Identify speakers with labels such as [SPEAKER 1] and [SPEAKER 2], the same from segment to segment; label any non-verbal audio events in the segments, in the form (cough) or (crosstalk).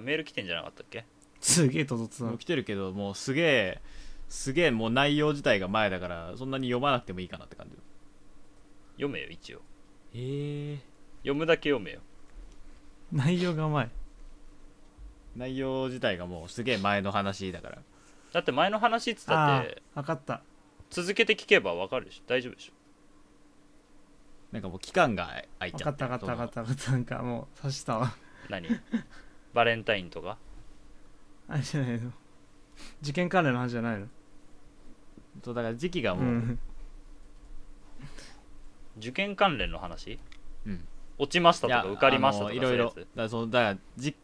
[SPEAKER 1] メール来てんじゃなかったっけ
[SPEAKER 2] すげえとどつな
[SPEAKER 3] もう来てるけどもうすげえすげえもう内容自体が前だからそんなに読まなくてもいいかなって感じ
[SPEAKER 1] 読めよ一応
[SPEAKER 3] へえ
[SPEAKER 1] 読むだけ読めよ
[SPEAKER 2] 内容が甘い
[SPEAKER 3] 内容自体がもうすげえ前の話だから
[SPEAKER 1] だって前の話っつったっ
[SPEAKER 2] あ
[SPEAKER 1] て
[SPEAKER 2] あ分かった
[SPEAKER 1] 続けて聞けばわかるでしょ大丈夫でしょ
[SPEAKER 3] なんかもう期間が空い
[SPEAKER 2] 分
[SPEAKER 3] ち
[SPEAKER 2] か
[SPEAKER 3] ゃっ
[SPEAKER 2] った
[SPEAKER 3] て
[SPEAKER 2] 分かった分かった分かったなんかもう刺したわ
[SPEAKER 3] (laughs)
[SPEAKER 1] 何バレンタインとか
[SPEAKER 2] あれじゃないの事件関連の話じゃないの
[SPEAKER 3] そのそうだから時期が
[SPEAKER 2] う
[SPEAKER 3] もう、
[SPEAKER 2] ん
[SPEAKER 1] 受験関連の話
[SPEAKER 3] うん
[SPEAKER 1] 落ちました
[SPEAKER 3] い
[SPEAKER 1] と
[SPEAKER 3] や
[SPEAKER 1] か受かりましたとか
[SPEAKER 3] あのいろいろ
[SPEAKER 1] そうう
[SPEAKER 3] だ
[SPEAKER 1] や
[SPEAKER 3] からそのだからじ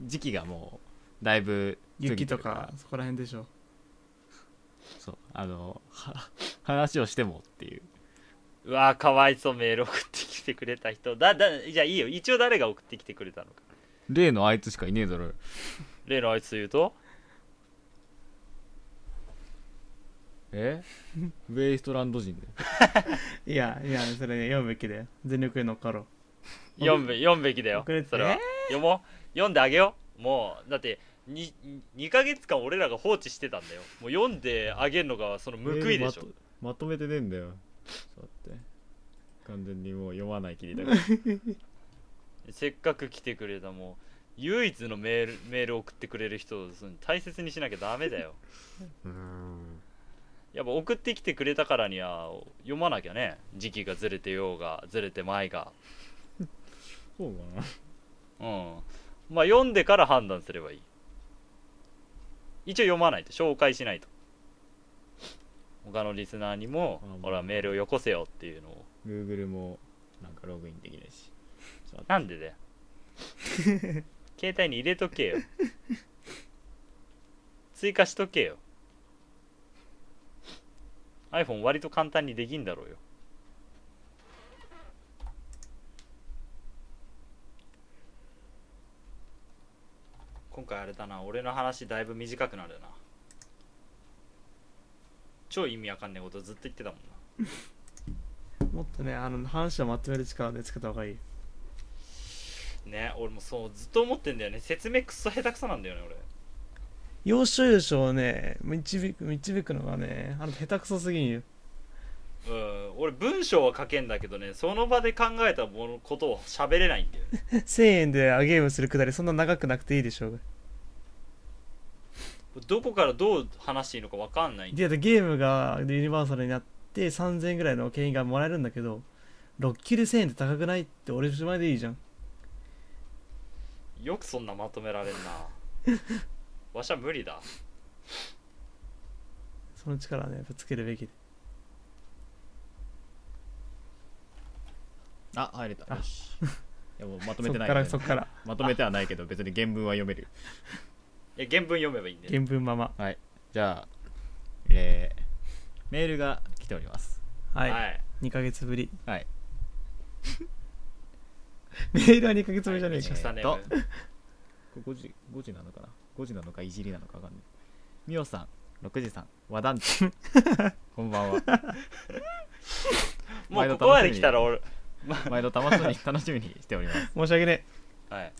[SPEAKER 3] 時期がもうだいぶ過ぎ
[SPEAKER 2] 雪と
[SPEAKER 3] てるら
[SPEAKER 2] かそこら辺でしょ
[SPEAKER 3] そうあのは話をしてもっていう
[SPEAKER 1] つうわーかわいそうメール送ってきてくれた人だだじゃあいいよ一応誰が送ってきてくれたのか
[SPEAKER 3] 例のあいつしかいねえだろ
[SPEAKER 1] 例のあいつ言うと
[SPEAKER 3] え (laughs) ウェイストランド人で
[SPEAKER 2] いやいやそれね読むべきで全力で乗っかろう
[SPEAKER 1] 読む読むべきだよ
[SPEAKER 2] 遅れて
[SPEAKER 1] それは
[SPEAKER 2] え
[SPEAKER 1] 読もう読んであげようもうだってに 2, ヶ月間俺らが放置してたんだよもう読んであげるのがその報いでしょ
[SPEAKER 3] まとまとめてねえんだよそうやって完全にもう読まないきりだから
[SPEAKER 1] せっかく来てくれたもう唯一のメールメール送ってくれる人をその大切にしなきゃダメだよ (laughs)
[SPEAKER 3] うん
[SPEAKER 1] やっぱ送ってきてくれたからには読まなきゃね時期がずれてようがずれてまいが
[SPEAKER 3] そうかな
[SPEAKER 1] うんまあ読んでから判断すればいい一応読まないと紹介しないと他のリスナーにも
[SPEAKER 3] うん
[SPEAKER 1] 俺はメールをよこせよっていうのを
[SPEAKER 3] Google もなんかログインできないしそう
[SPEAKER 1] なんでだよ携帯に入れとけよ追加しとけよ iPhone 割と簡単にできんだろうよ今回あれだな俺の話だいぶ短くなるな超意味わかんねえことずっと言ってたもんな
[SPEAKER 2] もっとねあの話をまとめる力でつけた方がいい
[SPEAKER 1] ね俺もそうずっと思ってんだよね説明くっそ下手くそなんだよね俺
[SPEAKER 2] 要所要所をね導く導くのがねあの下手くそすぎんよ (laughs)
[SPEAKER 1] うん、俺文章は書けんだけどねその場で考えたものことを喋れないんだよね
[SPEAKER 2] 1000円であゲームするくだりそんな長くなくていいでしょうが
[SPEAKER 1] どこからどう話していいのか分かんないんだよ
[SPEAKER 2] でゲームがユニバーサルになって3000円ぐらいの景品がもらえるんだけど6級で1000円って高くないって俺しまいでいいじゃん
[SPEAKER 1] よくそんなまとめられんなわしは無理だ
[SPEAKER 2] その力はねぶつけるべき
[SPEAKER 3] あ入れた
[SPEAKER 2] あ
[SPEAKER 3] よ (laughs) しいやもうまと
[SPEAKER 2] そ
[SPEAKER 3] め
[SPEAKER 2] って
[SPEAKER 3] な
[SPEAKER 2] から
[SPEAKER 3] い
[SPEAKER 2] そっから
[SPEAKER 3] まとめてはないけど別に原文は読める
[SPEAKER 1] いや原文読めばいいんだよ
[SPEAKER 2] 原文まま
[SPEAKER 3] じゃあえー、メールが来ております
[SPEAKER 2] はい、
[SPEAKER 1] はい
[SPEAKER 2] 2ヶ月ぶり
[SPEAKER 3] はい
[SPEAKER 2] メールは2ヶ月ぶりじゃねえか、
[SPEAKER 3] はい
[SPEAKER 1] 下ね
[SPEAKER 3] えーっとこれ5時5時なのかな5時なのかいじりなのかわかんないみおさん6時さん和団地 (laughs) こんばんは
[SPEAKER 1] もう
[SPEAKER 3] 毎度
[SPEAKER 1] ここまで
[SPEAKER 3] 楽しみに
[SPEAKER 1] 来たら俺
[SPEAKER 3] 毎度楽しみに楽しみにしております
[SPEAKER 2] 申し訳ね
[SPEAKER 1] はい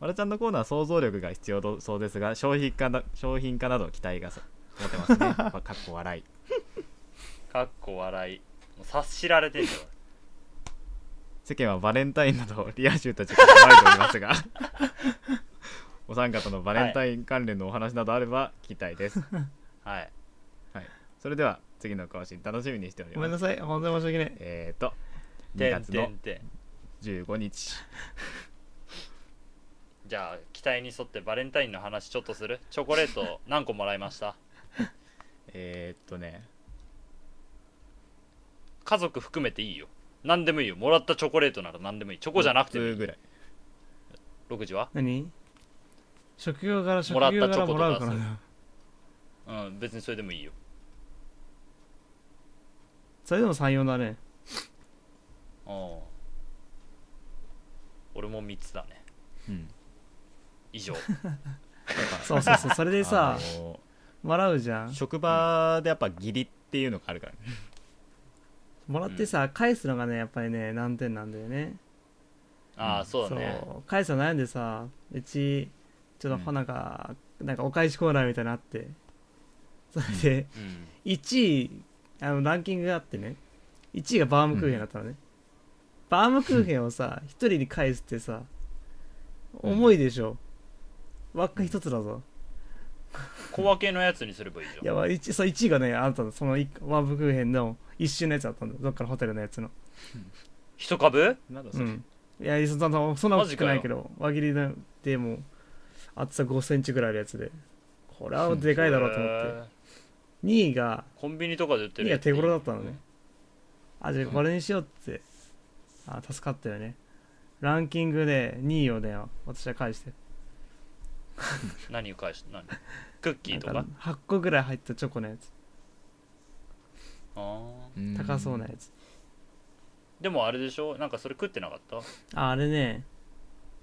[SPEAKER 3] わらちゃんのコーナーは想像力が必要だそうですが商品化な商品化など期待がさ持てますねまあかっこ笑い
[SPEAKER 1] かっこ笑いもう察しられてんだよ
[SPEAKER 3] 世間はバレンタインなどリア充たちが騒いでおりますがお三方のバレンタイン関連のお話などあれば聞きたいです、
[SPEAKER 1] 俺はい
[SPEAKER 3] それでは次の更新楽しみにしており
[SPEAKER 2] ごめん
[SPEAKER 3] ま
[SPEAKER 2] な
[SPEAKER 3] す
[SPEAKER 2] さい本当に申し訳ねえ
[SPEAKER 3] えーと2
[SPEAKER 1] てん
[SPEAKER 3] 月
[SPEAKER 1] て
[SPEAKER 3] の
[SPEAKER 1] んてん
[SPEAKER 3] 15日
[SPEAKER 1] じゃあ期待に沿ってバレンタインの話ちょっとするチョコレート何個もらいました
[SPEAKER 3] えー、っとね
[SPEAKER 1] 家族含めていいよ何でもいいよもらったチョコレートなら何でもいいチョコじゃなくてもいい
[SPEAKER 3] 6つぐらい
[SPEAKER 1] 6時は
[SPEAKER 2] 何職業柄職
[SPEAKER 1] もらった
[SPEAKER 2] 業柄
[SPEAKER 1] チョコと
[SPEAKER 2] も
[SPEAKER 1] から
[SPEAKER 2] うから
[SPEAKER 1] そう
[SPEAKER 2] な
[SPEAKER 1] うん別にそれでもいいよ
[SPEAKER 2] それでも34だね
[SPEAKER 1] うん俺も3つだね
[SPEAKER 3] うん
[SPEAKER 1] 以
[SPEAKER 2] (laughs)
[SPEAKER 1] 上
[SPEAKER 2] そうそうそうそれでさ、
[SPEAKER 3] あの
[SPEAKER 2] もらうじゃん
[SPEAKER 3] 職場でやっぱ義理っていうのがあるからね
[SPEAKER 2] もらってさ、返すのがねやっぱりね難点なんだよね
[SPEAKER 1] ああそうだね
[SPEAKER 2] そう返すの悩んでさうちちょっと
[SPEAKER 3] うん
[SPEAKER 2] なんか、なんかお返しコーナーみたいなのあってそれで
[SPEAKER 1] うん
[SPEAKER 2] 1位あのランキングがあってね1位がバームクーヘンだったのね、バームクーヘンをさ1人に返すってさ
[SPEAKER 3] うん
[SPEAKER 2] 重いでしょ輪っか1つだぞ
[SPEAKER 1] 小分けのやつにすればいいじゃん
[SPEAKER 2] いや1そう1位がねあったのその一バームクーヘンの一瞬のやつだったんだよどっかのホテルのやつの
[SPEAKER 1] 一株
[SPEAKER 3] なんだそうれ、
[SPEAKER 2] んいやそんなそんな大きくない
[SPEAKER 1] マジ
[SPEAKER 2] けど輪切りのでもう厚さ5センチぐらいあるやつでこれはでかいだろうと思って
[SPEAKER 1] て
[SPEAKER 2] 2位が
[SPEAKER 1] コンビニとかで売って
[SPEAKER 2] 2
[SPEAKER 1] る
[SPEAKER 2] 位が
[SPEAKER 1] やつ
[SPEAKER 2] 手頃だったのねあじゃあこれにしようってあ助かったよねランキングで2位をね私は返して
[SPEAKER 1] 何を返し何クッキーとか
[SPEAKER 2] なん8個ぐらい入ったチョコのやつ
[SPEAKER 1] あー
[SPEAKER 3] うん
[SPEAKER 2] 高そうなやつ
[SPEAKER 1] でもあれでしょなんかそれ食ってなかった
[SPEAKER 2] ああれね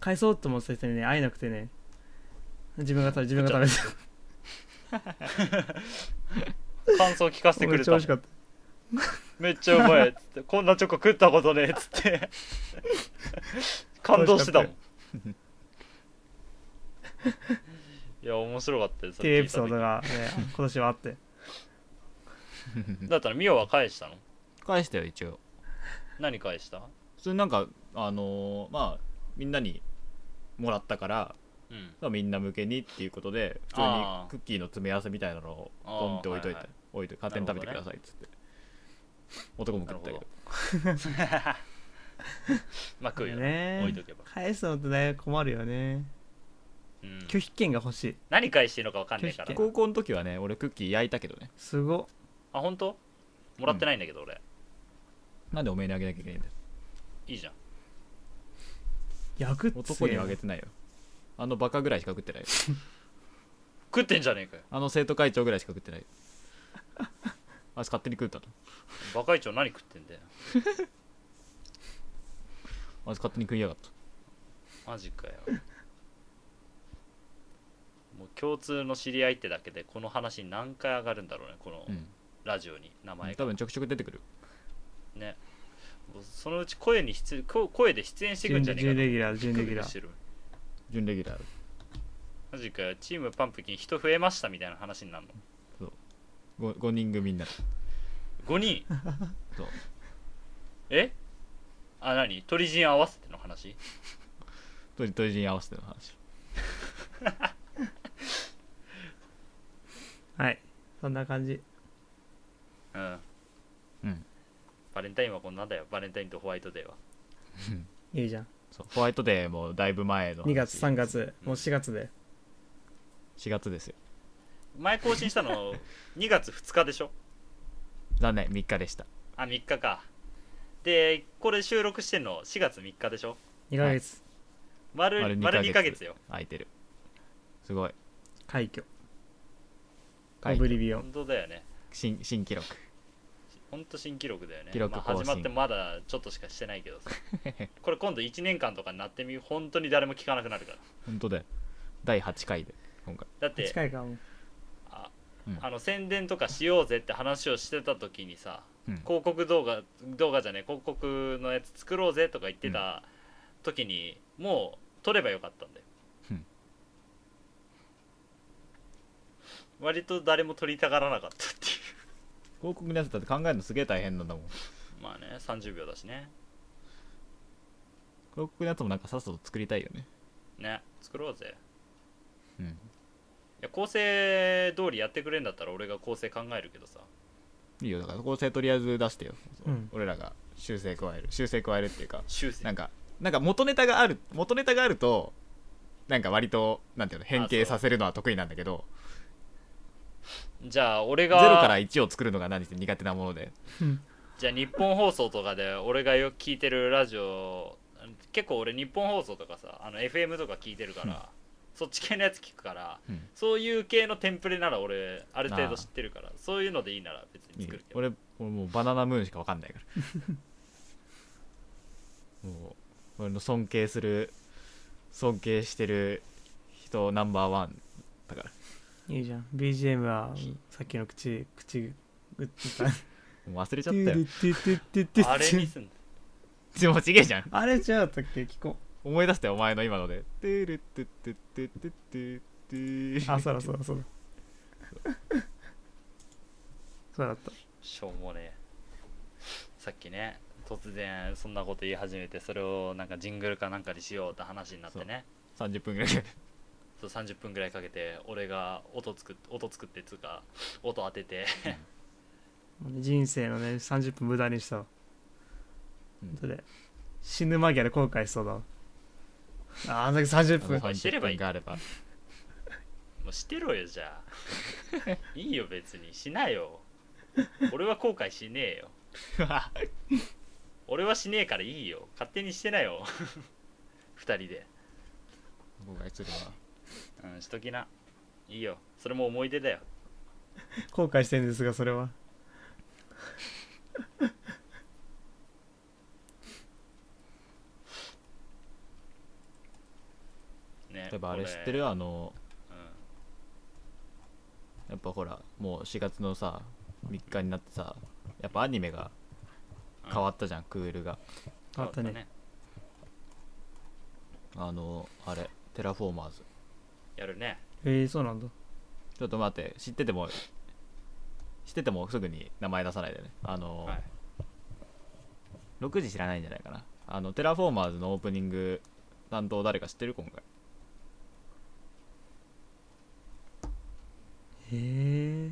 [SPEAKER 2] 返そうと思ってた人にね会えなくてね自分が食べ自分が食べて
[SPEAKER 1] 感想聞かせてく
[SPEAKER 2] めっ
[SPEAKER 1] れ
[SPEAKER 2] ち
[SPEAKER 1] たも
[SPEAKER 2] ゃ美
[SPEAKER 1] ん
[SPEAKER 2] 味しかった
[SPEAKER 1] めっちゃうまいっつってこんなチョコ食ったことねえっつって感動してたもんいや面白かったよ
[SPEAKER 2] っ
[SPEAKER 1] そ
[SPEAKER 2] ていう
[SPEAKER 1] れ
[SPEAKER 2] エ
[SPEAKER 1] 聞い
[SPEAKER 2] ピ
[SPEAKER 1] た
[SPEAKER 2] ソー
[SPEAKER 1] 時
[SPEAKER 2] ドが、ね、今年はあ
[SPEAKER 1] (laughs)
[SPEAKER 2] って
[SPEAKER 1] だったらミオは返したの
[SPEAKER 3] 返したよ一応
[SPEAKER 1] 何返した
[SPEAKER 3] それなんかあのーまあみんなにもらったから
[SPEAKER 1] うん
[SPEAKER 3] まあみんな向けにっていうことで普通に
[SPEAKER 1] あー
[SPEAKER 3] クッキーの詰め合わせみたいなのをドンって置いといて、
[SPEAKER 1] あーはいはい
[SPEAKER 3] 置いといて勝手に食べてくださいっつって、男も食ったけ
[SPEAKER 1] な
[SPEAKER 3] ど
[SPEAKER 1] るまあ食うよ、
[SPEAKER 2] ね
[SPEAKER 1] 置いとけば、
[SPEAKER 2] 返すのってね困るよね
[SPEAKER 1] うん、
[SPEAKER 2] 拒否権が欲しい
[SPEAKER 1] 何返していいのか分かんないから
[SPEAKER 2] 拒否
[SPEAKER 3] 高校の時はね俺クッキー焼いたけどね
[SPEAKER 2] すご
[SPEAKER 1] あ本当もらってないんだけど俺
[SPEAKER 3] なんでおめえにあげなきゃいけないんだよ
[SPEAKER 1] いいじゃん
[SPEAKER 2] 焼くってす
[SPEAKER 3] 男
[SPEAKER 2] げえ
[SPEAKER 3] にはあげてないよあのバカぐらいしか食ってないよ
[SPEAKER 1] 食ってんじゃねえかよ
[SPEAKER 3] あの生徒会長ぐらいしか食ってないよあいつ勝手に食ったと
[SPEAKER 1] バカイチョウ何食ってんだよ
[SPEAKER 3] あいつ勝手に食いやがった
[SPEAKER 1] マジかよもう共通の知り合いってだけでこの話に何回上がるんだろうねこの
[SPEAKER 3] うん
[SPEAKER 1] ラジオに名前が、
[SPEAKER 3] 多分ちょくちょく出てくる
[SPEAKER 1] ねもうそのうち声に出こ声で出演してくん
[SPEAKER 2] 準
[SPEAKER 1] じゃ
[SPEAKER 2] 準
[SPEAKER 1] ねえか
[SPEAKER 2] レギュラー
[SPEAKER 1] と
[SPEAKER 2] 準レギュラ
[SPEAKER 1] 首して
[SPEAKER 2] ー
[SPEAKER 1] る
[SPEAKER 3] 準レギュラー
[SPEAKER 1] マジかよチームパンプキン人増えましたみたいな話になるの
[SPEAKER 3] 5, 人組になる
[SPEAKER 1] 5人 (laughs)
[SPEAKER 3] そう
[SPEAKER 1] えあ何鳥人合わせての話
[SPEAKER 3] と鳥人に合わせての話
[SPEAKER 2] はいそんな感じ
[SPEAKER 1] うん
[SPEAKER 3] うん
[SPEAKER 1] バレンタインはこんなんだよバレンタインとホワイトデーはい
[SPEAKER 2] いじゃん
[SPEAKER 3] そうホワイトデーもだいぶ前の話
[SPEAKER 2] 2月3月もう4月で
[SPEAKER 3] 4月ですよ
[SPEAKER 1] 前更新した (laughs) の2月2日でしょ
[SPEAKER 3] 残念3日でした
[SPEAKER 1] あ3日かでこれ収録してんの4月3日でしょ
[SPEAKER 2] 2ヶ月
[SPEAKER 1] 丸
[SPEAKER 3] 丸
[SPEAKER 1] 丸
[SPEAKER 3] 二
[SPEAKER 1] 2ヶ月よ
[SPEAKER 3] 空いてるすごい
[SPEAKER 2] 快挙オ
[SPEAKER 3] 快挙
[SPEAKER 2] ブリビオン
[SPEAKER 1] 本当だよね
[SPEAKER 3] 新新記録
[SPEAKER 1] 本当新記録だよね
[SPEAKER 3] 記録
[SPEAKER 1] まあ、
[SPEAKER 3] 更新
[SPEAKER 1] 始まってまだちょっとしかしてないけど
[SPEAKER 3] (laughs)
[SPEAKER 1] さこれ今度1年間とかになってみ本当に誰も聞かなくなるから
[SPEAKER 3] 本当だよ第8回で今回
[SPEAKER 1] だって
[SPEAKER 2] 近いかも (laughs)
[SPEAKER 1] あ
[SPEAKER 3] うん
[SPEAKER 1] あの宣伝とかしようぜって話をしてた時にさ
[SPEAKER 3] うん
[SPEAKER 1] 広告動画動画じゃねえ広告のやつ作ろうぜとか言ってた時に、もう撮ればよかったんだよ、
[SPEAKER 3] うん
[SPEAKER 1] 割と誰も撮りたがらなかったってい
[SPEAKER 3] 広告のやつだって考えるのすげえ大変なんだもん
[SPEAKER 1] うまあね30秒だしね
[SPEAKER 3] 広告のやつもなんかさっさと作りたいよね
[SPEAKER 1] ね作ろうぜ
[SPEAKER 3] うん
[SPEAKER 1] いや構成通りやってくれんだったら俺が構成考えるけどさ
[SPEAKER 3] いいよだから構成とりあえず出してよ、
[SPEAKER 2] うん
[SPEAKER 3] 俺らが修正加える修正加えるっていうか
[SPEAKER 1] 修正
[SPEAKER 3] なんかなんか元ネタがある元ネタがあるとなんか割となんていうの変形させるのは得意なんだけど
[SPEAKER 1] じゃあ俺
[SPEAKER 3] ゼロか
[SPEAKER 1] が
[SPEAKER 3] ら1を作るのが何せ苦手なもので
[SPEAKER 1] じゃあ日本放送とかで俺がよく聞いてるラジオ結構俺日本放送とかさあの FM とか聞いてるから、
[SPEAKER 3] うん
[SPEAKER 1] そっち系のやつ聞くから、
[SPEAKER 3] うん
[SPEAKER 1] そういう系のテンプレなら俺ある程度知ってるからそういうのでいいなら別
[SPEAKER 3] い
[SPEAKER 1] に
[SPEAKER 3] い
[SPEAKER 1] 作るけど
[SPEAKER 3] 俺俺もうバナナムーンしか分かんないからもう俺の尊敬する尊敬してる人ナンバーワンだから
[SPEAKER 2] いいじゃん BGM はさっきの口口うっつった
[SPEAKER 3] もう忘
[SPEAKER 2] (laughs)
[SPEAKER 3] れちゃったよ
[SPEAKER 2] あ
[SPEAKER 1] あれにすん
[SPEAKER 3] でもちげえじゃん
[SPEAKER 2] あれ違うだったっけ聞こう
[SPEAKER 3] 思い出してお前の今ので「トゥルトゥトゥトゥトゥトゥトゥ
[SPEAKER 2] あそうだそうだそうだそうだった
[SPEAKER 1] しょうもねさっきね突然そんなこと言い始めてそれをなんかジングルかなんかにしようって話になってね
[SPEAKER 3] 30分ぐらいで
[SPEAKER 1] そう30分ぐらいかけて俺が音作っ音作ってっつうか音当てて (laughs)
[SPEAKER 2] 人生のね30分無駄にしたわ
[SPEAKER 3] うん
[SPEAKER 2] それ死ぬ間際で後悔しそうだわあーあの時30
[SPEAKER 3] あの
[SPEAKER 2] 分
[SPEAKER 1] はい知れ
[SPEAKER 3] 30
[SPEAKER 1] ばいい
[SPEAKER 3] 分があれば
[SPEAKER 1] もうしてろよじゃ
[SPEAKER 3] (laughs)
[SPEAKER 1] あいいよ別にしなよ俺は後悔しねえよ俺はしねえからいいよ勝手にしてなよ (laughs) 二人で
[SPEAKER 3] 後悔するわ
[SPEAKER 1] うんしときないいよそれも思い出だよ
[SPEAKER 2] 後悔してるんですがそれは
[SPEAKER 1] ね
[SPEAKER 3] 例えばあれ
[SPEAKER 1] こ
[SPEAKER 3] 知ってるあの
[SPEAKER 1] うん
[SPEAKER 3] やっぱほらもう4月のさ3日になってさやっぱアニメが変わったじゃん、クールが
[SPEAKER 2] あったね
[SPEAKER 3] あのあれテラフォーマーズ
[SPEAKER 1] やるね
[SPEAKER 2] えー、そうなんだ
[SPEAKER 3] ちょっと待って知ってても知っててもすぐに名前出さないでねあの、
[SPEAKER 1] はい
[SPEAKER 3] 6時知らないんじゃないかなあのテラフォーマーズのオープニング担当誰か知ってる今回
[SPEAKER 2] へえ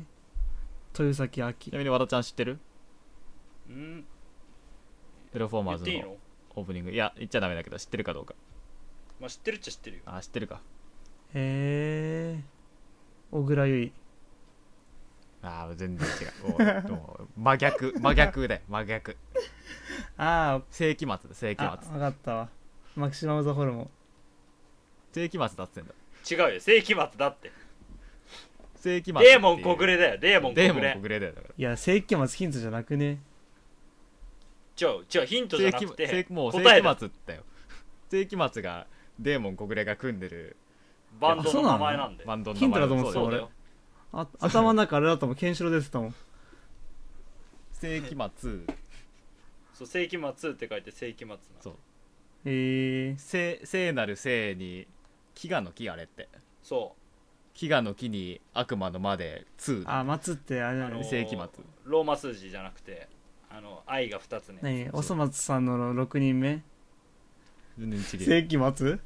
[SPEAKER 2] 豊崎明
[SPEAKER 3] ちなみに和田ちゃん知ってる
[SPEAKER 1] うん
[SPEAKER 3] テラフォーマ
[SPEAKER 1] 言
[SPEAKER 3] ー
[SPEAKER 1] っ
[SPEAKER 3] ズ
[SPEAKER 1] ていい
[SPEAKER 3] の
[SPEAKER 1] の、
[SPEAKER 3] オープニングいや言っちゃダメだけど知ってるかどうか
[SPEAKER 1] まあ、知ってるっちゃ知ってるよ
[SPEAKER 3] あ知ってるか
[SPEAKER 2] へえ小倉優
[SPEAKER 3] あー全然違
[SPEAKER 1] (laughs)
[SPEAKER 3] うおいもう真逆真逆だよ真逆
[SPEAKER 2] 衣あ
[SPEAKER 3] 世紀末だ世
[SPEAKER 2] ーあ
[SPEAKER 3] 紀末
[SPEAKER 2] 分かったわマキシマム・ザ・ホルモン
[SPEAKER 3] 世紀末だっつってんだ
[SPEAKER 1] 違うよ世紀末だって
[SPEAKER 3] 世紀末ってい
[SPEAKER 1] デ
[SPEAKER 3] う
[SPEAKER 1] ーモン小暮だよデーモン
[SPEAKER 3] デ
[SPEAKER 1] 小
[SPEAKER 3] ーモン
[SPEAKER 1] 暮
[SPEAKER 3] 小暮だよだから
[SPEAKER 2] いや世紀末ヒントじゃなくね
[SPEAKER 1] ちょちょヒントじゃ
[SPEAKER 3] 世
[SPEAKER 1] な
[SPEAKER 3] 紀
[SPEAKER 1] くて
[SPEAKER 3] 世紀もう世
[SPEAKER 1] 答えだ
[SPEAKER 3] 紀末だよ (laughs) 世紀末がデーモン小暮が組んでる
[SPEAKER 1] バンド
[SPEAKER 2] あそ
[SPEAKER 1] の
[SPEAKER 2] うな
[SPEAKER 1] 名
[SPEAKER 2] の
[SPEAKER 1] 前なんで
[SPEAKER 3] バンドの
[SPEAKER 2] ヒントだと
[SPEAKER 3] 名
[SPEAKER 2] 思
[SPEAKER 3] 前
[SPEAKER 2] ってた
[SPEAKER 3] そ
[SPEAKER 1] そ
[SPEAKER 3] う
[SPEAKER 1] う
[SPEAKER 3] だ
[SPEAKER 1] だ
[SPEAKER 3] よ
[SPEAKER 1] よ
[SPEAKER 2] あ頭の中あれだともんケンシロウですともん
[SPEAKER 3] 世紀末
[SPEAKER 1] そう世紀末って書いて世紀末な
[SPEAKER 3] そう
[SPEAKER 2] へえ
[SPEAKER 3] 聖聖なる聖に飢餓の木あれって
[SPEAKER 1] そ
[SPEAKER 3] 飢餓の木に悪魔の間で2
[SPEAKER 2] あ松ってあれだ
[SPEAKER 1] あ
[SPEAKER 2] よ
[SPEAKER 1] の
[SPEAKER 2] ね
[SPEAKER 1] ー
[SPEAKER 3] 世紀末
[SPEAKER 1] うローマ数字じゃなくてあの愛が2つね
[SPEAKER 2] 何おそ松さんの6人目
[SPEAKER 3] 全然違う
[SPEAKER 2] 世紀末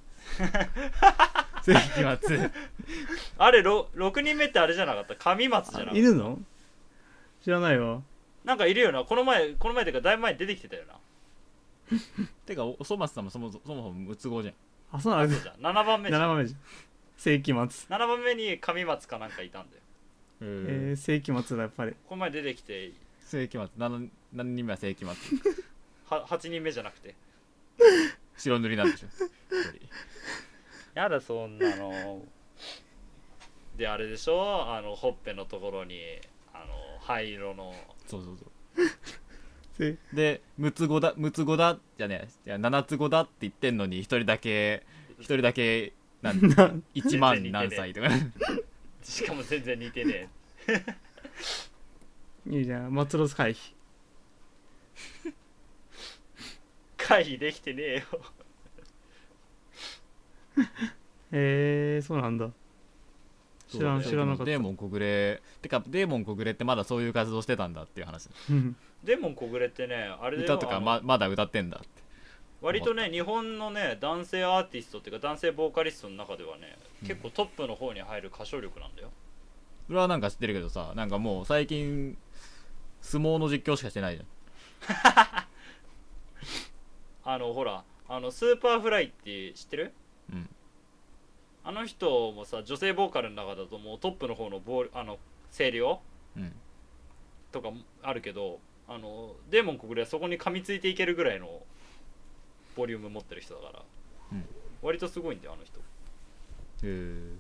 [SPEAKER 3] 世紀末 (laughs)
[SPEAKER 1] あれろ6人目ってあれじゃなかった神松じゃなかっ
[SPEAKER 2] あ
[SPEAKER 1] た
[SPEAKER 2] いるの知らないわ
[SPEAKER 1] なんかいるよなこの前この前っていうかだいぶ前に出てきてたよな
[SPEAKER 3] てかおおそ松さんもそもそもそもそもうつごじゃん
[SPEAKER 2] あそうなんだ
[SPEAKER 1] そう
[SPEAKER 2] (laughs)
[SPEAKER 1] じゃん7番目
[SPEAKER 2] 7
[SPEAKER 1] じゃん
[SPEAKER 2] 番目じゃん世紀末
[SPEAKER 1] 7番目に神松かなんかいたんだよ
[SPEAKER 2] えー、世紀末だやっぱり
[SPEAKER 1] この前出てきて
[SPEAKER 3] 世紀末何何人目は世紀末
[SPEAKER 1] は8人目じゃなくて
[SPEAKER 3] 白塗りなんでしょ一人
[SPEAKER 1] やだそんなの (laughs) であれでしょあのほっぺのところにあの灰色の
[SPEAKER 3] そうそうそう
[SPEAKER 2] せ
[SPEAKER 3] で6つ子だ6つ子だじゃねえいや7つ子だって言ってんのに1人だけ1人だけなん
[SPEAKER 2] (laughs) な
[SPEAKER 3] 1万何歳とか
[SPEAKER 1] しかも全然似てねえ
[SPEAKER 2] いいじゃん松ロス回避
[SPEAKER 1] 回避できてねえよ
[SPEAKER 2] へえー、そうなんだ知らん知らなかった
[SPEAKER 3] デーモン小暮てかデーモン小暮ってまだそういう活動してたんだっていう話
[SPEAKER 2] うん
[SPEAKER 1] デモン小暮ってねあれで
[SPEAKER 3] 歌とかままだ歌ってんだって
[SPEAKER 1] 割とね日本のね男性アーティストっていうか男性ボーカリストの中ではね、結構トップの方に入る歌唱力なんだよ
[SPEAKER 3] それはなんか知ってるけどさなんかもう最近相撲の実況しかしてないじゃん
[SPEAKER 1] あのほらあのスーパーフライって知ってる
[SPEAKER 3] うん
[SPEAKER 1] あの人もさ女性ボーカルの中だともうトップの方のボーあの声量
[SPEAKER 3] うん
[SPEAKER 1] とかもあるけどあのデーモン国ではそこに噛みついていけるぐらいのボリューム持ってる人だから、
[SPEAKER 3] うん
[SPEAKER 1] 割とすごいんだよあの人
[SPEAKER 3] へー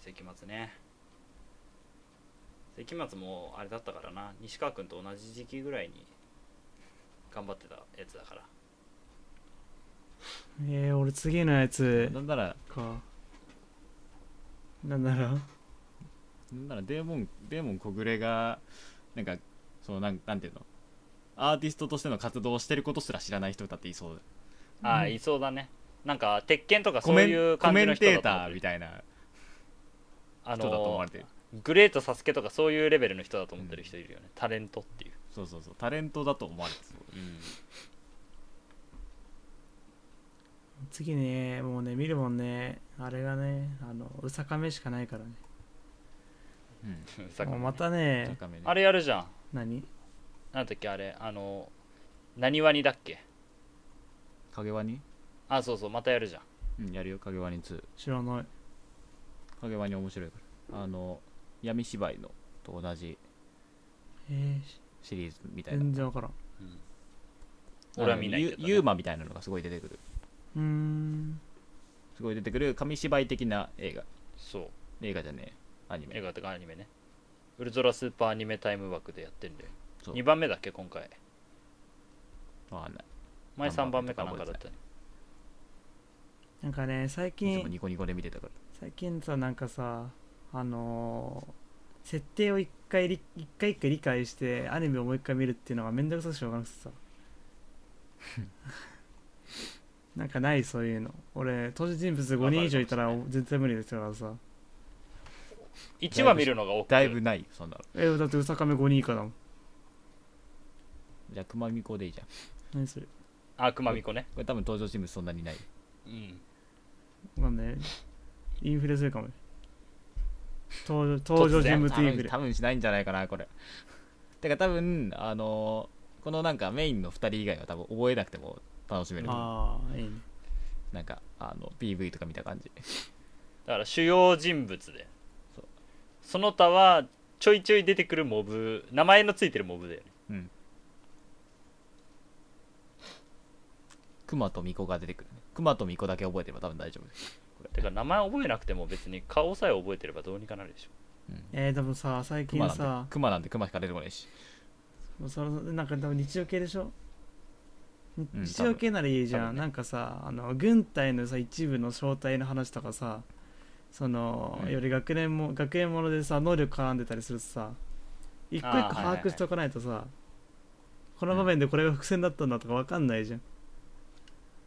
[SPEAKER 1] 関松ね関松もあれだったからな西川君と同じ時期ぐらいに頑張ってたやつだから
[SPEAKER 2] (laughs) えー、俺次のやつ
[SPEAKER 3] なんなら
[SPEAKER 2] かなんだろう
[SPEAKER 3] なんならデーモンデーモン小暮がなんかそのなんなんていうのアーティストとしての活動をしてることすら知らない人だっていそう
[SPEAKER 1] ああいそうだねなんか鉄拳とか
[SPEAKER 3] コ
[SPEAKER 1] そう
[SPEAKER 3] メ
[SPEAKER 1] いう
[SPEAKER 3] ンコ
[SPEAKER 1] 感
[SPEAKER 3] メ
[SPEAKER 1] じの
[SPEAKER 3] ン
[SPEAKER 1] 人だ
[SPEAKER 3] テー
[SPEAKER 1] と思って
[SPEAKER 3] ター
[SPEAKER 1] る
[SPEAKER 3] みたいな
[SPEAKER 1] あ
[SPEAKER 3] 人だと思
[SPEAKER 1] の
[SPEAKER 3] われてる、
[SPEAKER 1] グレートサスケとかそういうレベルの人だと思ってる人いるよね、タレントっていう、
[SPEAKER 3] そうそうそうタレントだと思われてそう
[SPEAKER 2] 次ねもうね見るもんねあれがねあのうさかめしかないからね
[SPEAKER 3] うん
[SPEAKER 1] (laughs) さっきの
[SPEAKER 2] もう
[SPEAKER 1] ね
[SPEAKER 2] またね
[SPEAKER 3] 高めね
[SPEAKER 1] あれやるじゃん
[SPEAKER 2] 何
[SPEAKER 1] なんだっけあれあの何ワニだっけ
[SPEAKER 3] 影ワニ
[SPEAKER 1] あそうそうまたやるじゃん
[SPEAKER 3] うんやるよ影ワニ2
[SPEAKER 2] 知らない
[SPEAKER 3] 影ワニ面白いからあの闇芝居のと同じ
[SPEAKER 2] えー、
[SPEAKER 3] シリーズみたいな
[SPEAKER 2] 全然わからん
[SPEAKER 1] 俺は見ないけ
[SPEAKER 3] ユ
[SPEAKER 1] どね
[SPEAKER 3] ユーマみたいなのがすごい出てくる
[SPEAKER 2] うーん
[SPEAKER 3] すごい出てくる紙芝居的な映画
[SPEAKER 1] そう
[SPEAKER 3] 映画じゃねえアニ
[SPEAKER 1] 映
[SPEAKER 3] メ
[SPEAKER 1] 画とかアニメねウルトラスーパーアニメタイム枠でやってんだよ
[SPEAKER 3] そう
[SPEAKER 1] 2番目だっけ今回
[SPEAKER 3] わかんない
[SPEAKER 1] 前3
[SPEAKER 3] 三
[SPEAKER 1] 番
[SPEAKER 3] 番目
[SPEAKER 1] 目
[SPEAKER 3] か
[SPEAKER 1] かなんん
[SPEAKER 3] なか
[SPEAKER 1] かだ
[SPEAKER 3] だっ
[SPEAKER 1] ったたね
[SPEAKER 2] なんかね最
[SPEAKER 3] いつも
[SPEAKER 2] 近
[SPEAKER 3] ニコニコで見てたから
[SPEAKER 2] 最近さなんかさあのー設定を一回り一回一回理解してアニメをもう一回見るっていうのがめんどくさくてしょうがなくてさなんかないそういうの俺登場人物5人以上いたら
[SPEAKER 1] わかる
[SPEAKER 2] 絶対無理ですからさ
[SPEAKER 1] 1話見るのが多く
[SPEAKER 3] だいぶないそんなの
[SPEAKER 2] えだってうさかめ5人以下だもん
[SPEAKER 3] じゃあ熊巫女でいいじゃんこ
[SPEAKER 2] 何それ
[SPEAKER 1] あ熊巫女ね
[SPEAKER 3] れ多分登場人物そんなにない
[SPEAKER 1] うん
[SPEAKER 2] わかんないインフレするかも登場登場人物イン
[SPEAKER 3] 多
[SPEAKER 2] フ
[SPEAKER 3] 分
[SPEAKER 2] レ
[SPEAKER 3] 多分しないんじゃないかなこれてか多分あのーこのなんかメインの2人以外は多分覚えなくても楽しめる
[SPEAKER 2] ああいいね
[SPEAKER 3] なんかあの PV とか見た感じ
[SPEAKER 1] だから主要人物で
[SPEAKER 3] そう
[SPEAKER 1] その他はちょいちょい出てくるモブ名前のついてるモブだよね
[SPEAKER 3] うん熊と巫女が出てくるね熊と巫女だけ覚えてれば多分大丈夫です、
[SPEAKER 1] てか名前覚えなくても別に顔さえ覚えてればどうにかなるでしょ
[SPEAKER 3] うん、
[SPEAKER 2] えー、でもさ最近
[SPEAKER 3] 熊なん
[SPEAKER 2] さ
[SPEAKER 3] で熊なんで熊しか出てこないし
[SPEAKER 2] もうそろそろなんか多分日常系でしょに
[SPEAKER 3] うん
[SPEAKER 2] 日常系ならいいじ
[SPEAKER 3] 多
[SPEAKER 2] ゃん、
[SPEAKER 3] 分ね
[SPEAKER 2] なんかさあの軍隊のさ一部の正体の話とかさその、
[SPEAKER 3] うん
[SPEAKER 2] より学年も学園ものでさ能力絡んでたりするとさ一個
[SPEAKER 1] あ
[SPEAKER 2] 一個
[SPEAKER 1] ーはいはいはい
[SPEAKER 2] 把握しておかないとさ、この場面でこれが伏線だったんだとかわかんないじゃん、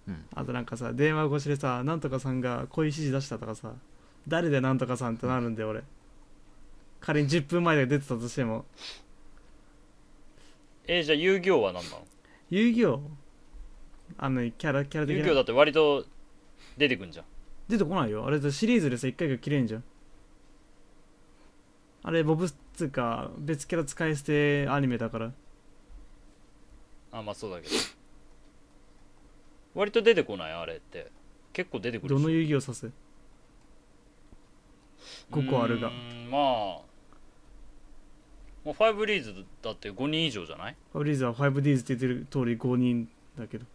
[SPEAKER 3] うん
[SPEAKER 2] あとなんかさ電話越しでさなんとかさんがこういう指示出したとかさ誰でなんとかさんってなるんで俺仮に10分前で出てたとしても
[SPEAKER 1] えーじゃあ遊戯王は何なの
[SPEAKER 2] 遊戯王あのキャラキャラ的
[SPEAKER 1] 遊
[SPEAKER 2] な
[SPEAKER 1] 戯王だって割と出てくんじゃん
[SPEAKER 2] 出てこないよあれだってシリーズでさ一回が切れんじゃんあれボブっつうか別キャラ使い捨てアニメだから
[SPEAKER 1] あまあそうだけど割と出てこないあれって結構出てくる
[SPEAKER 2] ど
[SPEAKER 1] でし
[SPEAKER 2] の
[SPEAKER 1] ょ
[SPEAKER 2] 遊戯を指す5個あるが
[SPEAKER 1] うーんまあもう5リーズだって5人以上じゃない
[SPEAKER 2] ファブリーズは 5Ds って言ってる通り5人だけど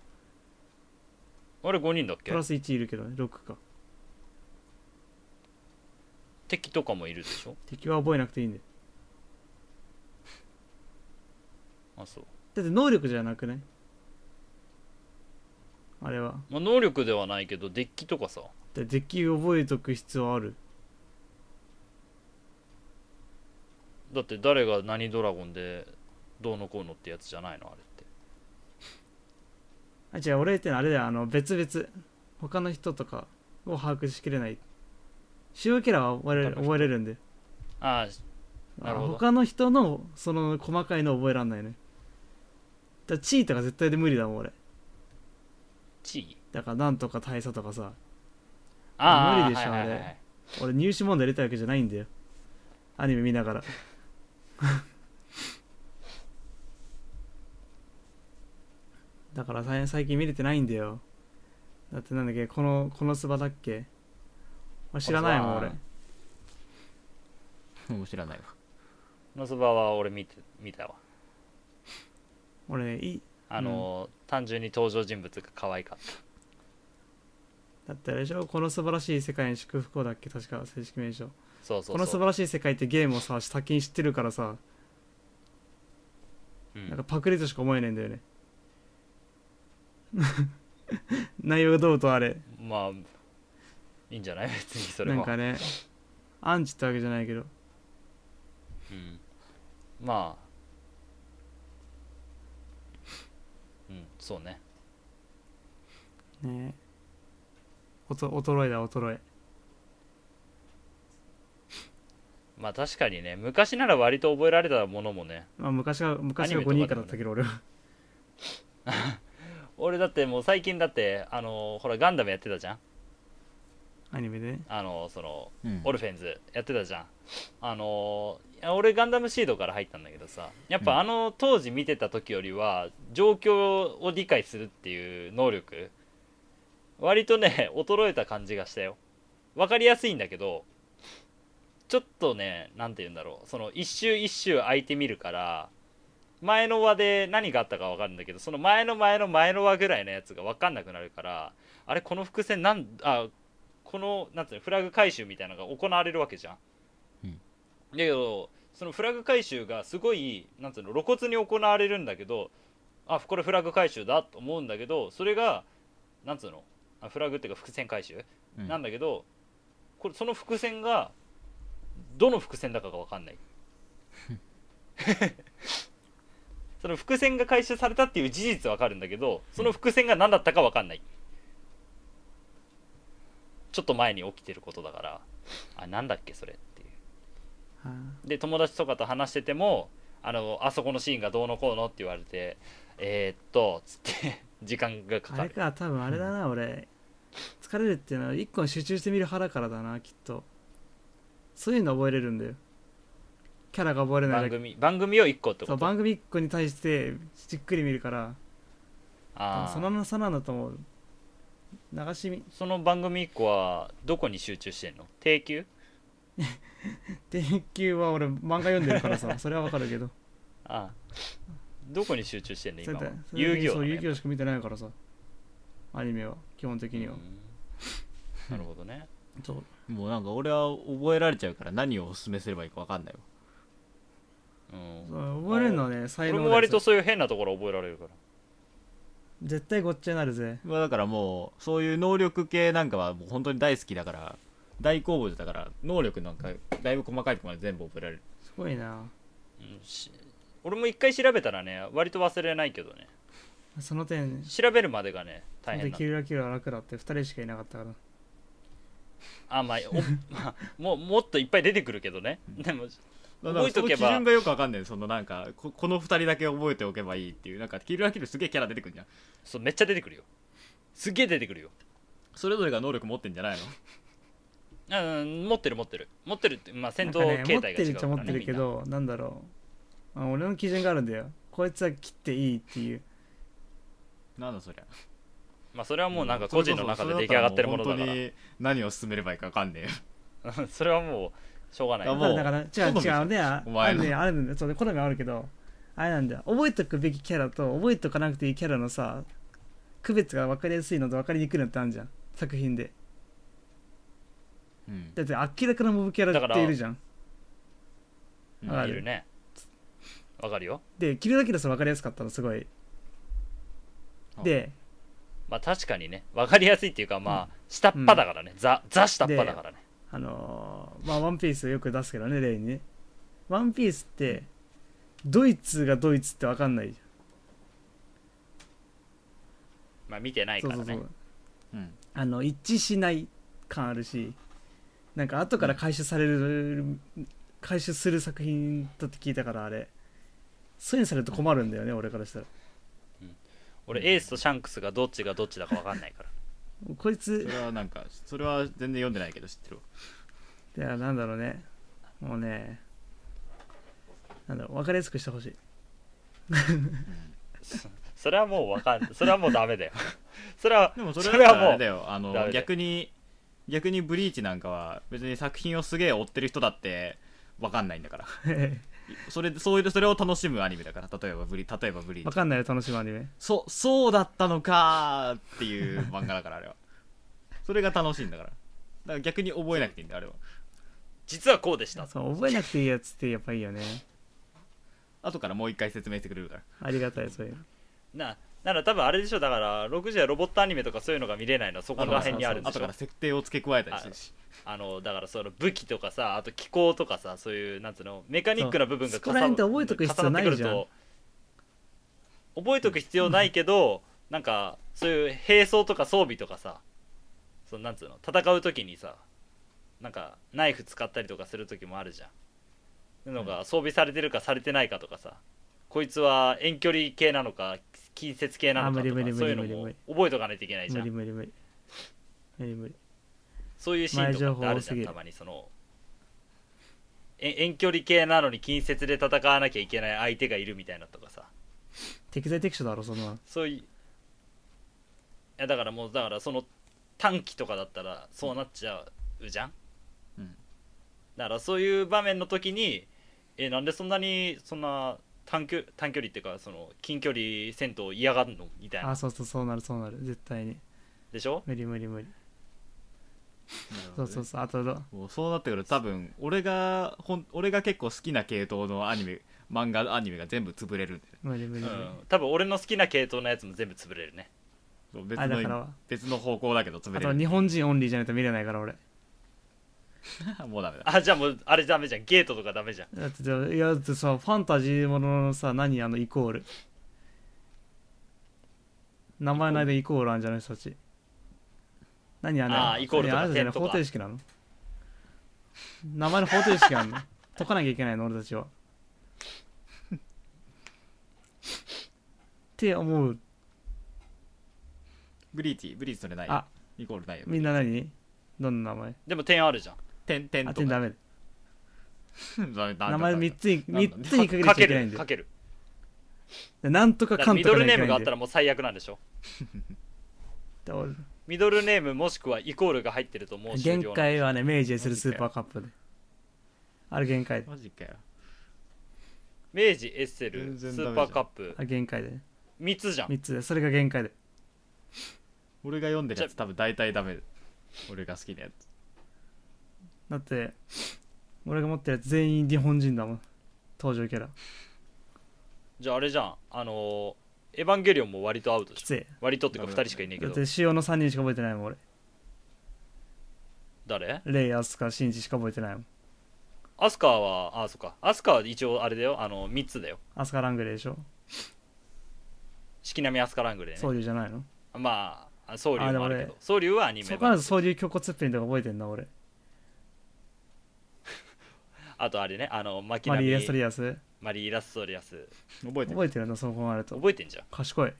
[SPEAKER 1] あれ5人だっけ
[SPEAKER 2] プラス1いるけどね6か
[SPEAKER 1] 敵とかもいるでしょ
[SPEAKER 2] 敵は覚えなくていいんで
[SPEAKER 1] あそう、
[SPEAKER 2] だって能力じゃなくねあれは
[SPEAKER 1] まあ、能力ではないけどデッキとかさ
[SPEAKER 2] だって敵を覚えとく必要ある
[SPEAKER 1] だって誰が何ドラゴンでどうのこうのってやつじゃないのあれって
[SPEAKER 2] あ違う俺言ってんのあれだよあの別々他の人とかを把握しきれない主要キャラは覚えれ
[SPEAKER 3] 他の人
[SPEAKER 2] 覚えれるんで
[SPEAKER 1] あ
[SPEAKER 2] あ
[SPEAKER 1] なるほど
[SPEAKER 2] 他の人のその細かいの覚えらんないねだからチーとか絶対で無理だもん俺
[SPEAKER 1] 地位
[SPEAKER 2] だからなんとか大佐とかさ
[SPEAKER 1] ああ
[SPEAKER 2] 無理でしょ
[SPEAKER 1] はいはいはい
[SPEAKER 2] あれ俺入試問題出たわけじゃないんだよアニメ見ながら (laughs) だからさ最近見れてないんだよだってなんだっけこのこのスバだっけ俺知らないもん
[SPEAKER 3] この
[SPEAKER 2] 俺
[SPEAKER 3] スもう知らないわ
[SPEAKER 1] ノスバは俺見て見たわ
[SPEAKER 2] 俺い
[SPEAKER 1] あの、単純に登場人物が可愛かっ
[SPEAKER 2] だってあれでしょこの素晴らしい世界に祝福をだっけ確か正式名称
[SPEAKER 1] たそうそうそう
[SPEAKER 2] この素晴らしい世界ってゲームをさ先に知ってるからさ
[SPEAKER 1] うん
[SPEAKER 2] なんかパクリとしか思えねえんだよね (laughs) 内容がどうとあれ
[SPEAKER 1] まあいいんじゃない別にそれ
[SPEAKER 2] な
[SPEAKER 1] は
[SPEAKER 2] んかねアンチってわけじゃないけど
[SPEAKER 1] うん、まあうんそうね
[SPEAKER 2] ねえおと衰えだ衰え
[SPEAKER 1] まあ確かにね昔なら割と覚えられたものもね
[SPEAKER 2] まあ昔は昔は
[SPEAKER 1] アニメとか
[SPEAKER 2] 5
[SPEAKER 1] でも
[SPEAKER 2] 人
[SPEAKER 1] ね
[SPEAKER 2] 以下だったけど俺は
[SPEAKER 1] 俺だってもう最近だってあのほらガンダムやってたじゃん
[SPEAKER 2] アニメでね
[SPEAKER 1] あのその
[SPEAKER 3] うん
[SPEAKER 1] オルフェンズやってたじゃんあのいや俺ガンダムシードから入ったんだけどさやっ
[SPEAKER 3] うん
[SPEAKER 1] ぱあの当時見てた時よりは状況を理解するっていう能力割とね衰えた感じがしたよ分かりやすいんだけどちょっとね何て言うんだろうその一周一周空いてみるから前の輪で何があったか分かるんだけどその前の前の前の輪ぐらいのやつが分かんなくなるからあれこの伏線なんあこのなんていうのフラグ回収みたいなのが行われるわけじゃん。
[SPEAKER 3] うん
[SPEAKER 1] だけどそのフラグ回収がすごいなんていうの露骨に行われるんだけどあこれフラグ回収だと思うんだけどそれがなんつうのあフラグっていうか伏線回収、
[SPEAKER 3] うん
[SPEAKER 1] なんだけどこれその伏線がどの伏線だかが分かんない
[SPEAKER 2] (laughs)
[SPEAKER 1] その伏線が回収されたっていう事実は分かるんだけどその伏線が何だったか分かんないちょっと前に起きてることだからあなんだっけそれっていう
[SPEAKER 2] は
[SPEAKER 1] で友達とかと話しててもあのあそこのシーンがどうのこうのって言われてえーっとつって時間がか
[SPEAKER 2] ああ
[SPEAKER 1] か
[SPEAKER 2] れ
[SPEAKER 1] る
[SPEAKER 2] か多分あれだな俺疲れるっていうのは一個に集中してみる腹からだなきっとそういうの覚えれるんだよキャラが覚えれない
[SPEAKER 1] 番
[SPEAKER 2] だけ
[SPEAKER 1] 組番組を1個って
[SPEAKER 2] そ
[SPEAKER 1] こ
[SPEAKER 2] う
[SPEAKER 1] と
[SPEAKER 2] 番組一個に対してじっくり見るから
[SPEAKER 1] あー
[SPEAKER 2] その差なんだと思う流し見 (laughs)
[SPEAKER 1] その番組1個はどこに集中してんの定休
[SPEAKER 2] 電球は俺漫画読んでるからさそれはわかるけど
[SPEAKER 1] ああどこに集中してんの今は
[SPEAKER 2] そうだよそれ
[SPEAKER 1] 遊戯王
[SPEAKER 2] そ
[SPEAKER 1] だ
[SPEAKER 2] う
[SPEAKER 1] ね
[SPEAKER 2] 遊戯王しか見てないからさアニメは基本的には、
[SPEAKER 1] うんなるほどね
[SPEAKER 2] そう
[SPEAKER 3] もうなんか俺は覚えられちゃうから何をおすすめすればいいか分かんないわ
[SPEAKER 1] うん
[SPEAKER 2] そう覚えれるのはね才
[SPEAKER 1] 俺
[SPEAKER 2] 能だよ
[SPEAKER 1] も割とそういう変なところ覚えられるから
[SPEAKER 2] 絶対ごっちゃになるぜ
[SPEAKER 3] まあだからもうそういう能力系なんかはもう本当に大好きだから大好物だから能力なんかだいぶ細かいところまで全部覚えられる
[SPEAKER 2] すごいな
[SPEAKER 1] うんし俺も一回調べたらね割と忘れないけどね
[SPEAKER 2] その点
[SPEAKER 1] 調べるまでがね大変
[SPEAKER 2] で
[SPEAKER 1] な
[SPEAKER 2] キ
[SPEAKER 1] の
[SPEAKER 2] ルラキルは楽だって2人しかいなかったから
[SPEAKER 1] あまあおまあもうもっといっぱい出てくるけどねでも覚えとけば
[SPEAKER 3] その基準がよく分かんないそのなんかここの2人だけ覚えておけばいいっていうなんかキルラキルすげえキャラ出てくるじゃん
[SPEAKER 1] そうめっちゃ出てくるよすげえ出てくるよ
[SPEAKER 3] それぞれが能力持ってんじゃないの
[SPEAKER 1] うん持ってる持ってる持ってるってまあ戦闘
[SPEAKER 2] なんかね
[SPEAKER 1] 形態が違うから、ね、
[SPEAKER 2] 持ってるっちゃ持ってるけどなんだろうあ俺の基準があるんだよこいつは切っていいっていう
[SPEAKER 3] なんだそりゃ
[SPEAKER 1] まあそれはもうなんか個人の中で出来上がってるものだから
[SPEAKER 3] それったらもう本当に何を進めればいいか分かんねえよ
[SPEAKER 1] それはもうしょうがない
[SPEAKER 3] あ
[SPEAKER 2] だ
[SPEAKER 3] も
[SPEAKER 2] か
[SPEAKER 3] う
[SPEAKER 2] らだから違う
[SPEAKER 3] 好み
[SPEAKER 2] 違
[SPEAKER 3] じゃん
[SPEAKER 2] うねあ
[SPEAKER 3] お前の
[SPEAKER 2] あるねあるんだよそう好みはあるけどあれなんだよ覚えとくべきキャラと覚えとかなくていいキャラのさ区別が分かりやすいのと分かりにくいのってあるじゃん作品で
[SPEAKER 3] うん
[SPEAKER 2] だって明らかなモブキャラっているじゃん
[SPEAKER 3] うん
[SPEAKER 2] わか
[SPEAKER 1] い
[SPEAKER 2] る
[SPEAKER 1] るねわかるよ
[SPEAKER 2] でキルだけでさ分かりやすかったのすごい
[SPEAKER 3] あ
[SPEAKER 2] で
[SPEAKER 1] まあ確かにねわかりやすいっていうかまあ下っ端だからね、ザザ下っ端だからね
[SPEAKER 2] あのーまあワンピースよく出すけどね例にねワンピースってドイツがドイツって分かんないじ
[SPEAKER 1] まあ見てな
[SPEAKER 2] ゃん
[SPEAKER 1] いからね
[SPEAKER 2] そうそうそう
[SPEAKER 3] うん
[SPEAKER 2] あの一致しない感あるしなんか後から回収される、回収する作品だって聞いたからあれそういうのされると困るんだよね俺からしたら
[SPEAKER 1] 俺エースとシャンクスがどっちがどっちだかわかんないから (laughs)
[SPEAKER 2] こいつ
[SPEAKER 3] それはなんかそれは全然読んでないけど知ってるわ
[SPEAKER 2] いやなんだろうねもうねなんだろう分かりやすくしてほしい
[SPEAKER 1] それはもうわかんそれはもうダメだよ (laughs) それは
[SPEAKER 3] でもそ
[SPEAKER 1] そ
[SPEAKER 3] れ
[SPEAKER 1] れ
[SPEAKER 3] だっ
[SPEAKER 1] は
[SPEAKER 3] たら
[SPEAKER 1] もう
[SPEAKER 3] あれだよあ
[SPEAKER 1] ダメだ
[SPEAKER 3] の
[SPEAKER 1] よ
[SPEAKER 3] 逆に逆にブリーチなんかは別に作品をすげえ追ってる人だって分かんないんだから (laughs) それそういうそれを楽しむアニメだから例えばブリ例えばブリー
[SPEAKER 2] 分
[SPEAKER 3] チ
[SPEAKER 2] かんないよ楽しむアニメ
[SPEAKER 3] そうそうだったのかーっていう漫画だからあれは (laughs) それが楽しいんだからだから逆に覚えなくていいんだよあれは
[SPEAKER 1] 実はこうでした
[SPEAKER 2] そう覚えなくていいやつってやっぱいいよね
[SPEAKER 3] 後からもう一回説明してくれるから
[SPEAKER 2] ありがたいそういうの
[SPEAKER 1] ななら多分あれでしょだから60はロボットアニメとかそういうのが見れないのはそこら辺にあるんでし
[SPEAKER 3] 後
[SPEAKER 1] ょ
[SPEAKER 3] から設定を付け加えたりするし
[SPEAKER 1] あのだからその武器とかさあと気候とかさそういうなんつうのメカニックな部分が
[SPEAKER 2] そうそこら辺って覚えとく必要ないじ
[SPEAKER 1] 重
[SPEAKER 2] ゃん
[SPEAKER 1] なってくると覚えとく必要ないけどなんかそういう兵装とか装備とかさそのなんつうの戦う時にさなんかナイフ使ったりとかする時もあるじゃんそういうのが装備されてるかされてないかとかさこいつは遠距離系なのか近接系なのかと
[SPEAKER 2] あ
[SPEAKER 1] か
[SPEAKER 2] 無理無理
[SPEAKER 1] そういうの
[SPEAKER 2] 無理無
[SPEAKER 1] も
[SPEAKER 2] 理
[SPEAKER 1] 覚えとかないといけないじ
[SPEAKER 2] 無
[SPEAKER 1] ゃ
[SPEAKER 2] 理
[SPEAKER 1] ん
[SPEAKER 2] 無理無理無理無理
[SPEAKER 1] そういうシーンとかってあるじゃ
[SPEAKER 2] 前情報多すぎ
[SPEAKER 1] ん
[SPEAKER 2] る
[SPEAKER 1] たまにそのえ遠距離系なのに近接で戦わなきゃいけない相手がいるみたいなとかさ
[SPEAKER 2] 適材適所だろそんな
[SPEAKER 1] そういういやだからもうだからその短期とかだったらそうなっちゃうじゃん、
[SPEAKER 3] うん
[SPEAKER 1] だからそういう場面の時にえなんでそんなにそんな短距短距離っていうかその近距離戦闘嫌がるのみたい
[SPEAKER 2] あ
[SPEAKER 1] な
[SPEAKER 2] そうそうそうなるそうなる絶対に
[SPEAKER 1] でしょ
[SPEAKER 2] 無理無理無理
[SPEAKER 3] なるほ
[SPEAKER 2] そう
[SPEAKER 3] どね
[SPEAKER 2] そうそうあとど
[SPEAKER 3] もうそうなってくると多分俺がほん俺が結構好きな系統のアニメ漫画アニメが全部潰れるんだよね
[SPEAKER 2] 無理無
[SPEAKER 1] う
[SPEAKER 2] 理無理、
[SPEAKER 1] ん多分俺の好きな系統のやつも全部潰れるね
[SPEAKER 3] そう別
[SPEAKER 2] あだから
[SPEAKER 3] の別の方向だけど潰
[SPEAKER 2] あ
[SPEAKER 3] れ
[SPEAKER 2] と
[SPEAKER 3] る
[SPEAKER 2] 日本人オンリーじゃないと見れないから俺
[SPEAKER 3] (laughs) もうダメだ
[SPEAKER 1] あじゃあもうあれダメじゃんゲートとかダメじゃん
[SPEAKER 2] だってじゃあいやだってさファンタジーもののさ何あのイコール名前の間イコールあるんじゃない人たち何あれ
[SPEAKER 1] あーイコールとか
[SPEAKER 2] いやあれじゃな
[SPEAKER 1] 点
[SPEAKER 2] い
[SPEAKER 1] とか
[SPEAKER 2] 方程式なの名前の方程式あ
[SPEAKER 1] (laughs)
[SPEAKER 2] んの解かなきゃいけないの俺たちはって思う
[SPEAKER 3] ブリーチブリーチそれないよ
[SPEAKER 2] あ
[SPEAKER 3] イコールないよ
[SPEAKER 2] みんな何どんな名前
[SPEAKER 1] でも点あるじゃん
[SPEAKER 3] 点点
[SPEAKER 2] あ
[SPEAKER 3] と (laughs)
[SPEAKER 2] 点ダ
[SPEAKER 3] か
[SPEAKER 2] メ
[SPEAKER 3] ダメだ
[SPEAKER 2] 名前3つに
[SPEAKER 3] なんだ
[SPEAKER 2] 3つにかけな
[SPEAKER 1] か
[SPEAKER 2] きゃ
[SPEAKER 1] け
[SPEAKER 2] いけないん
[SPEAKER 1] る
[SPEAKER 2] で
[SPEAKER 1] かける
[SPEAKER 2] なんと
[SPEAKER 1] だか
[SPEAKER 2] かからん
[SPEAKER 1] ミ
[SPEAKER 2] と
[SPEAKER 1] ド
[SPEAKER 2] か
[SPEAKER 1] ル
[SPEAKER 2] なき
[SPEAKER 1] ネーム
[SPEAKER 2] ゃいけな
[SPEAKER 1] があ
[SPEAKER 2] い
[SPEAKER 1] っ
[SPEAKER 2] ん
[SPEAKER 1] たら
[SPEAKER 2] だよ
[SPEAKER 1] もう最悪なんでしょ
[SPEAKER 2] だから
[SPEAKER 1] ミドルネームもしくはイコールが入ってるともう終了
[SPEAKER 2] 限
[SPEAKER 1] なんで
[SPEAKER 2] 界はね明治するスーパーカップであれ限界で
[SPEAKER 3] マジかよ
[SPEAKER 1] 明治エッセル
[SPEAKER 3] 全
[SPEAKER 1] ス
[SPEAKER 3] 然
[SPEAKER 1] ーパーカップ
[SPEAKER 2] あれ限界で
[SPEAKER 1] 3つじゃん
[SPEAKER 2] 3つでそれが限界で
[SPEAKER 3] 俺が読んでるやつ多分大体ダメだ俺が好きなやつ
[SPEAKER 2] だって俺が持ってるやつ全員日本人だもん登場キャラ
[SPEAKER 1] じゃああれじゃんあのーエヴァンゲリオンも割とアウト
[SPEAKER 2] き
[SPEAKER 1] じゃん
[SPEAKER 2] つい
[SPEAKER 1] 割とっていうか2人しかいねえけ
[SPEAKER 2] だっ
[SPEAKER 1] ど
[SPEAKER 2] て主要の3人しか覚えてないもん俺
[SPEAKER 1] 誰
[SPEAKER 2] レイアスカシンジしか覚えてないもん
[SPEAKER 1] アスカはあそっかアスカは一応あれだよあの3つだよ
[SPEAKER 2] アスカラングレーでしょ、
[SPEAKER 1] 四季並みアスカラングレー
[SPEAKER 2] ソ
[SPEAKER 1] ね
[SPEAKER 2] ウリュウじゃないの
[SPEAKER 1] まああソウリュウもあるけ
[SPEAKER 2] あでも
[SPEAKER 1] ど
[SPEAKER 2] 俺
[SPEAKER 1] ソウリュウはアニ
[SPEAKER 2] そ
[SPEAKER 1] メ
[SPEAKER 2] こから
[SPEAKER 1] 版
[SPEAKER 2] そういう胸骨っぺんとか覚えてんだ俺
[SPEAKER 1] あとあれねあのマキ
[SPEAKER 2] マ
[SPEAKER 1] ナ
[SPEAKER 2] リ
[SPEAKER 1] ミ
[SPEAKER 2] ー・レストリアス
[SPEAKER 1] マリー・ラストリアス
[SPEAKER 3] 覚えてる
[SPEAKER 2] 覚えてるんだそこまでと
[SPEAKER 1] 覚えてんじゃん
[SPEAKER 2] 賢い